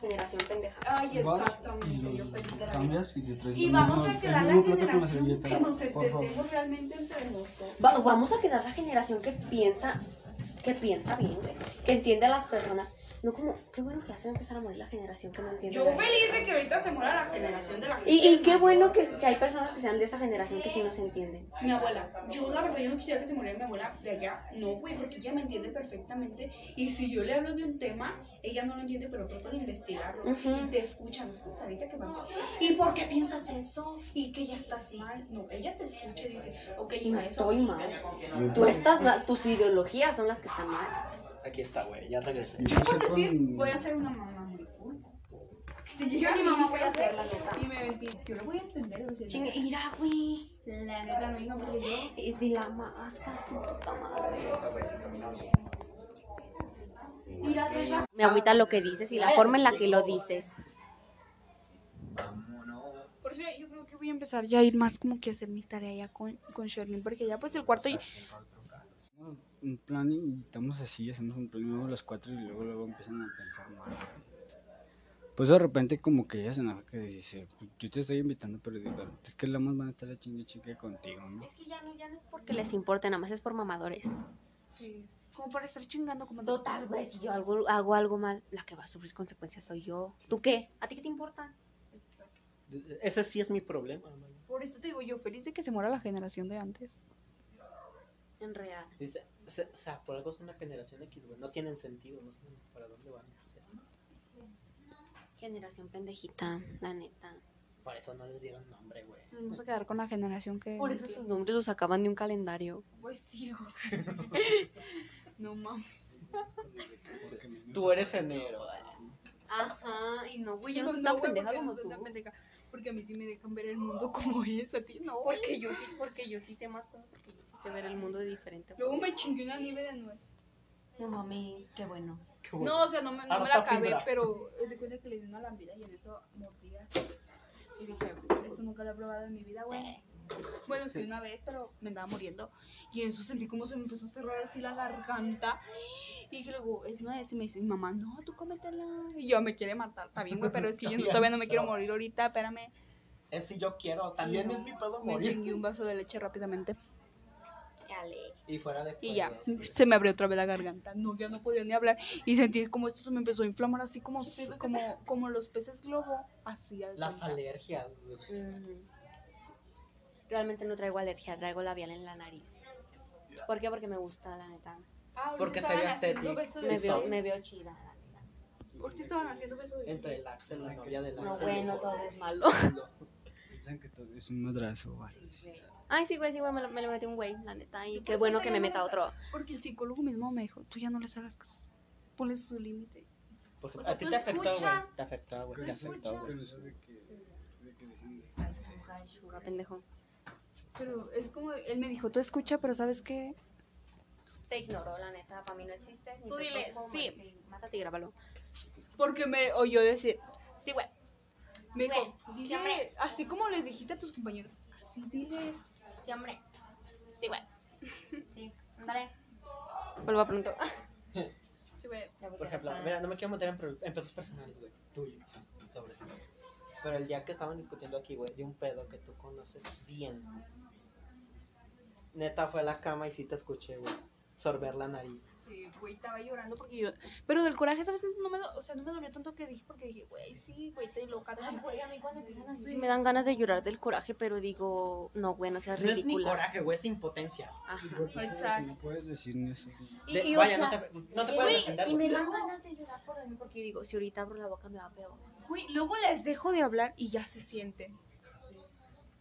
Speaker 2: Generación pendeja.
Speaker 3: Vas y los cambias y te traes
Speaker 2: Y
Speaker 3: lo
Speaker 2: vamos
Speaker 3: mismo.
Speaker 2: a
Speaker 3: Te
Speaker 2: quedar
Speaker 3: digo,
Speaker 2: la
Speaker 3: plata con la
Speaker 2: generación
Speaker 3: servilleta, por favor.
Speaker 4: realmente entre nosotros.
Speaker 2: Va- vamos a quedar la generación que piensa, que piensa bien, güey. Que entiende a las personas. No como, qué bueno que hace empezar a morir la generación que no entiende.
Speaker 4: Yo
Speaker 2: a las-
Speaker 4: feliz de que ahorita se muera la generación de la gente.
Speaker 2: Y, y qué bueno que, que hay personas que sean de esa generación que sí nos entienden.
Speaker 4: Mi abuela, yo la verdad yo no quisiera que se muriera mi abuela de allá, no güey, porque ella me entiende perfectamente y si yo le hablo de un tema, ella no lo entiende, pero trata de investigarlo
Speaker 2: Ujú.
Speaker 4: y te escucha, no es como ahorita que vamos, ¿y por qué piensas eso? ¿Y que ya estás mal? No, ella te escucha y dice, ok,
Speaker 2: Y no
Speaker 4: hija, eso
Speaker 2: estoy mal.
Speaker 3: Yo-
Speaker 2: Tú estás mal, tus ideologías son las que están mal.
Speaker 1: Aquí está, güey, ya regresé.
Speaker 3: yo
Speaker 4: Yo por
Speaker 3: sé con-
Speaker 4: decir, voy a ser una mamá muy cool. Que Si llega
Speaker 2: Yo
Speaker 4: mi
Speaker 2: ni
Speaker 4: mamá
Speaker 2: mamá
Speaker 4: voy
Speaker 2: voy
Speaker 4: a
Speaker 2: a
Speaker 4: hacer
Speaker 2: ser, la neta.
Speaker 4: Y me mentí. Yo lo voy a entender. o sea,
Speaker 2: Chinga, mira, güey.
Speaker 4: La neta no iba a yo.
Speaker 2: Es de la masa, su puta madre. Mira, ves la- Me agüita lo que dices y la forma en la que lo dices.
Speaker 6: Por eso yo creo que voy a empezar ya a ir más como que a hacer mi tarea ya con, con Sherlyn, porque ya pues el cuarto y...
Speaker 3: Hacemos un plan y estamos así, hacemos un plan luego las cuatro y luego luego empiezan a pensar mal. Pues de repente como que ella se enoja que dice, "Pues yo te estoy invitando, pero digo, es que la más van a estar la chingue chingue contigo, ¿no?
Speaker 2: Es que ya no, ya no es porque les importa, nada más es por mamadores.
Speaker 6: Sí, como para estar chingando como...
Speaker 2: Total, güey, si yo algo- hago algo mal, la que va a sufrir consecuencias soy yo. ¿Tú qué? ¿A ti qué te importa?
Speaker 1: Ese sí es mi problema, güey.
Speaker 6: Por eso te digo yo, feliz de que se muera la generación de antes.
Speaker 2: En real.
Speaker 1: Dice, se- O sea, por algo son la generación X, güey. No tienen sentido, no sé para dónde van. o sea,
Speaker 2: Generación pendejita, la neta.
Speaker 1: por eso no les dieron nombre, güey.
Speaker 6: Nos vamos a quedar con la generación que...
Speaker 2: Por eso sus nombres los sacaban de un calendario.
Speaker 6: Pues sí, No mames.
Speaker 3: Porque a mí me
Speaker 1: Tú eres enero. güey.
Speaker 2: Ajá, y no, güey, yo no soy tan pendeja como tú.
Speaker 6: Porque a mí sí me dejan ver el mundo como es, a ti no.
Speaker 2: Porque yo sí, porque yo sí sé más cosas, porque yo sí sé ver el mundo de diferente.
Speaker 6: Luego me chingué una nieve de nuez.
Speaker 2: No mami, qué bueno.
Speaker 1: Qué bueno.
Speaker 6: No, o sea, no me, no me la
Speaker 1: Harta
Speaker 6: acabé,
Speaker 1: fibra.
Speaker 6: pero eh, de cuenta que le di una lambida y en eso mordí así. Y dije, esto nunca lo he probado en mi vida, güey. Bueno, sí, una vez, pero me andaba muriendo. Y en eso sentí como se me empezó a cerrar así la garganta. Y luego, es una vez, y me dice mi mamá, no, tú cómetela. Y yo, me quiere matar, está bien, güey, pero es que yo no- todavía no me quiero morir ahorita, espérame.
Speaker 1: Es si yo quiero, también
Speaker 6: Y no,
Speaker 1: es mi pedo
Speaker 6: Me
Speaker 1: morir.
Speaker 6: chingué un vaso de leche rápidamente.
Speaker 1: Y fuera de
Speaker 6: Y ya,
Speaker 1: juegos, güey.
Speaker 6: se me abrió otra vez la garganta. No, ya no podía ni hablar. Y sentí como esto se me empezó a inflamar así como, como, como los peces globo. Así. haz de
Speaker 1: Las
Speaker 6: cuenta.
Speaker 1: alergias, güey.
Speaker 6: Mm.
Speaker 2: Mm. Realmente no traigo alergia, traigo labial en la nariz. ¿Por qué? Porque me gusta, la neta.
Speaker 1: Porque sería estético.
Speaker 2: Me
Speaker 1: Eso.
Speaker 2: veo, me veo chida.
Speaker 6: Ahorita estaban haciendo besos de
Speaker 1: Entre el Axel, la novia del
Speaker 2: No,
Speaker 1: Axel.
Speaker 2: bueno,
Speaker 1: güey.
Speaker 2: todo es malo.
Speaker 3: Piensan que todo es un madrazo, güey.
Speaker 2: Ay, sí, güey, sí, güey, me lo, me lo metió un güey, la neta. Y qué bueno que me meta otro.
Speaker 6: Porque el psicólogo mismo me dijo, tú ya no les hagas caso. Ponles su límite.
Speaker 1: Porque
Speaker 6: O sea,
Speaker 1: a ti
Speaker 6: tú
Speaker 1: te afectó,
Speaker 6: escucha.
Speaker 1: güey. Te afectó, güey. Te afectó, güey.
Speaker 3: Pero eso de que, de que dicen,
Speaker 2: Ay, suga, pendejo.
Speaker 6: Pero es como, él me dijo, tú escucha, pero ¿sabes qué?
Speaker 2: Te ignoró, la neta. Para mí no existes. ni
Speaker 6: Tú
Speaker 2: te
Speaker 6: dile,
Speaker 2: topo,
Speaker 6: sí.
Speaker 2: mátate y- Mátate y grábalo.
Speaker 6: Porque me oyó decir, sí, güey. Me dijo, dile, así como les dijiste a tus compañeros, así diles.
Speaker 2: Sí, hombre. Sí, güey. Sí, vale. Vuelva pronto.
Speaker 6: Sí, güey.
Speaker 1: Por ejemplo,
Speaker 2: Ah.
Speaker 1: mira, no me quiero meter en, pro- en pedos personales, güey. Tuyo. Sobre ti. Pero el día que estaban discutiendo aquí, güey, de un pedo que tú conoces bien. Neta fue a la cama y sí te escuché, güey. Sorber la nariz.
Speaker 6: Sí, güey, estaba llorando porque yo. Pero del coraje, ¿sabes? No me, do- o sea, no me dolió tanto que dije porque dije, güey, sí, güey, estoy loca.
Speaker 2: Sí, me dan ganas de llorar del coraje, pero digo, no, güey, no seas
Speaker 1: No es ni
Speaker 2: ridícula.
Speaker 1: coraje, güey, es impotencia.
Speaker 2: Ajá.
Speaker 3: Porque sabes que
Speaker 6: Exacto.
Speaker 3: no puedes decir ni así.
Speaker 2: Y-
Speaker 1: De-
Speaker 2: y, o
Speaker 1: vaya,
Speaker 2: sea,
Speaker 1: no te, no te
Speaker 2: y-
Speaker 1: puedes
Speaker 2: y-
Speaker 1: defender,
Speaker 2: Y me
Speaker 1: güey.
Speaker 2: dan ganas de llorar por mí porque digo, si ahorita abro la boca me va peor.
Speaker 6: Güey, luego les dejo de hablar y ya se sienten.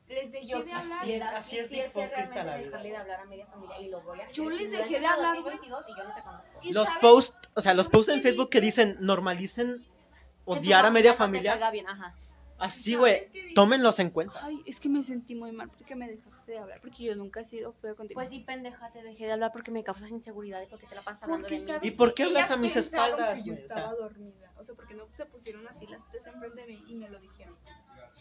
Speaker 6: Les dejé
Speaker 2: Yo
Speaker 6: de hablar.
Speaker 1: así es, así es de
Speaker 2: quisiese
Speaker 1: hipócrita la
Speaker 2: realmente
Speaker 1: vida.
Speaker 2: dejarle de hablar a media familia y lo voy a hacer.
Speaker 6: Yo les
Speaker 2: sin duda,
Speaker 6: dejé de
Speaker 2: en este
Speaker 6: hablar,
Speaker 2: 2022 y yo no te conozco.
Speaker 6: ¿Y
Speaker 1: Los
Speaker 6: sabes?
Speaker 1: posts, o sea, los
Speaker 6: ¿Sabes
Speaker 1: posts en
Speaker 6: qué
Speaker 1: Facebook que dicen normalicen odiar a media
Speaker 2: Que tu no te
Speaker 1: familia,
Speaker 2: caiga bien, ajá.
Speaker 1: así,
Speaker 6: ¿Sabes
Speaker 1: güey,
Speaker 6: qué dicen?
Speaker 1: tómenlos en cuenta.
Speaker 6: Ay, es que me sentí muy mal porque me dejaste de hablar. Porque yo nunca he sido fea contigo.
Speaker 2: Pues sí, pendeja, te dejé de hablar porque me causas inseguridad y porque te la pasas hablando
Speaker 6: porque
Speaker 2: de mí.
Speaker 6: sabes
Speaker 1: ¿Y por qué
Speaker 6: que
Speaker 1: hablas
Speaker 6: ellas
Speaker 1: a mis
Speaker 6: pensaron
Speaker 1: espaldas,
Speaker 6: que Yo
Speaker 1: güey? O sea-
Speaker 6: estaba dormida. O sea, porque no se pusieron así las tres enfrente de mí y me lo dijeron.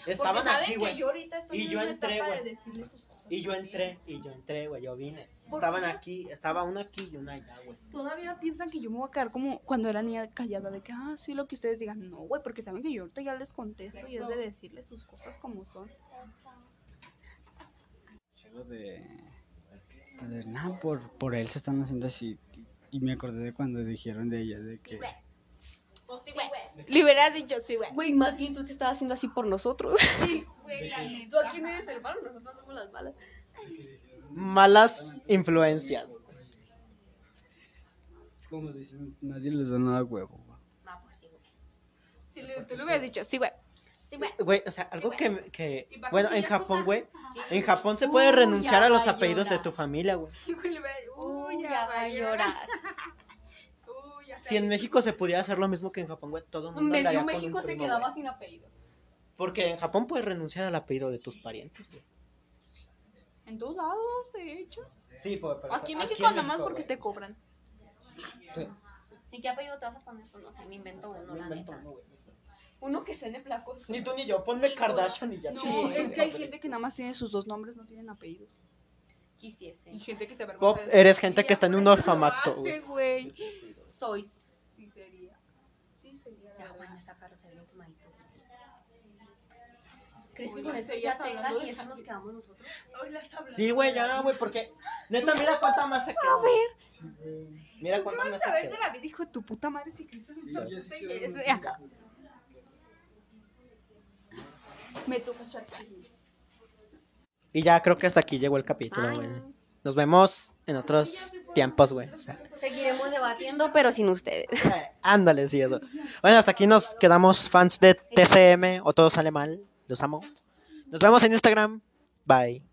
Speaker 1: Estaban
Speaker 6: porque saben
Speaker 1: aquí,
Speaker 6: que
Speaker 1: güey.
Speaker 6: yo ahorita estoy
Speaker 1: Y
Speaker 6: en
Speaker 1: yo
Speaker 6: una
Speaker 1: entré,
Speaker 6: etapa
Speaker 1: güey.
Speaker 6: de decirle sus cosas.
Speaker 1: Y yo
Speaker 6: también.
Speaker 1: entré, y yo entré, güey, yo vine.
Speaker 6: ¿Por
Speaker 1: Estaban
Speaker 6: qué?
Speaker 1: aquí, estaba una aquí y una allá, güey.
Speaker 6: Todavía piensan que yo me voy a quedar como cuando era niña callada, de que, ah, sí, lo que ustedes digan. No, güey, porque saben que yo ahorita ya les contesto y es de decirles sus cosas como son.
Speaker 3: Lo de. de no, por, por él se están haciendo así. Y, y me acordé de cuando dijeron de ella, de que.
Speaker 6: Le hubieras dicho, sí, güey.
Speaker 5: Güey, más bien tú te estabas haciendo así por nosotros.
Speaker 6: ¿Tú a quién eres hermano? Nosotros somos las malas.
Speaker 1: Malas influencias.
Speaker 3: Es como dicen, nadie les da nada huevo. güey.
Speaker 2: No, pues sí, güey.
Speaker 6: Sí, le- tú le hubieras dicho, sí, güey.
Speaker 2: Sí, güey.
Speaker 1: Güey, o sea, algo que, que
Speaker 6: Y para
Speaker 1: bueno,
Speaker 6: que
Speaker 1: en
Speaker 6: ya
Speaker 1: Japón,
Speaker 6: puta.
Speaker 1: güey, en Japón se puede
Speaker 2: Uy,
Speaker 1: renunciar
Speaker 2: ya
Speaker 1: a los
Speaker 2: va a
Speaker 1: apellidos de
Speaker 2: llorar.
Speaker 1: tu familia, güey.
Speaker 6: Sí, güey, le hubieras dicho,
Speaker 2: Uy, ya va a llorar.
Speaker 6: Uy, ya
Speaker 1: Si en México se pudiera hacer lo mismo que en Japón, güey, todo el mundo andaría
Speaker 6: Medio
Speaker 1: con un
Speaker 6: México se
Speaker 1: primo,
Speaker 6: quedaba
Speaker 1: güey.
Speaker 6: sin apellido.
Speaker 1: Porque en Japón puedes renunciar al apellido de tus parientes, güey.
Speaker 6: En todos lados, de hecho.
Speaker 1: Sí, pues, pero
Speaker 6: Aquí en México nomás porque te cobran.
Speaker 2: ¿Y qué apellido te vas a poner? Pues no sé, me invento uno, la neta.
Speaker 6: Uno que suene placoso.
Speaker 1: Ni tú ni yo, ponme Kardashian y ya.
Speaker 6: No,
Speaker 1: chingues,
Speaker 6: es que hay
Speaker 1: güey.
Speaker 6: gente que nada más tiene sus dos nombres, no tienen apellidos.
Speaker 2: Quisiese.
Speaker 6: Y gente que se
Speaker 1: Pop,
Speaker 6: avergüenza. de
Speaker 1: eres
Speaker 6: su
Speaker 1: gente que
Speaker 6: familia,
Speaker 1: está en
Speaker 6: por
Speaker 1: un
Speaker 6: eso lo
Speaker 1: orfanato,
Speaker 6: hace,
Speaker 1: güey.
Speaker 6: güey.
Speaker 2: Soy.
Speaker 6: Sí sería. Sí sería.
Speaker 2: Ya, bueno, esa cara se ve bien quemadita. ¿Crees
Speaker 6: ¿Crees
Speaker 2: que
Speaker 6: que
Speaker 2: con
Speaker 6: con
Speaker 2: eso
Speaker 6: eso
Speaker 2: ya
Speaker 6: estás hablando
Speaker 2: tengan y
Speaker 6: de
Speaker 2: eso
Speaker 6: ti?
Speaker 2: nos quedamos nosotros?
Speaker 6: Hoy las hablas.
Speaker 1: Sí, güey, ya, güey, porque neta, mira cuánta más se quedó. A ver. Mira cuánta más se
Speaker 6: A ver,
Speaker 1: quedó.
Speaker 6: de la vida, hijo de tu puta madre, si crees en
Speaker 3: Sí, yo sí quiero
Speaker 6: ese.
Speaker 3: renunciar.
Speaker 6: Me toca echar chile.
Speaker 1: Y ya creo que hasta aquí llegó el capítulo, güey. Nos vemos en otros tiempos, güey. O sea,
Speaker 2: Seguiremos debatiendo, pero sin ustedes.
Speaker 1: eh, ándale, sí, eso. Bueno, hasta aquí nos quedamos fans de TCM o todo sale mal. Los amo. Nos vemos en Instagram. Bye.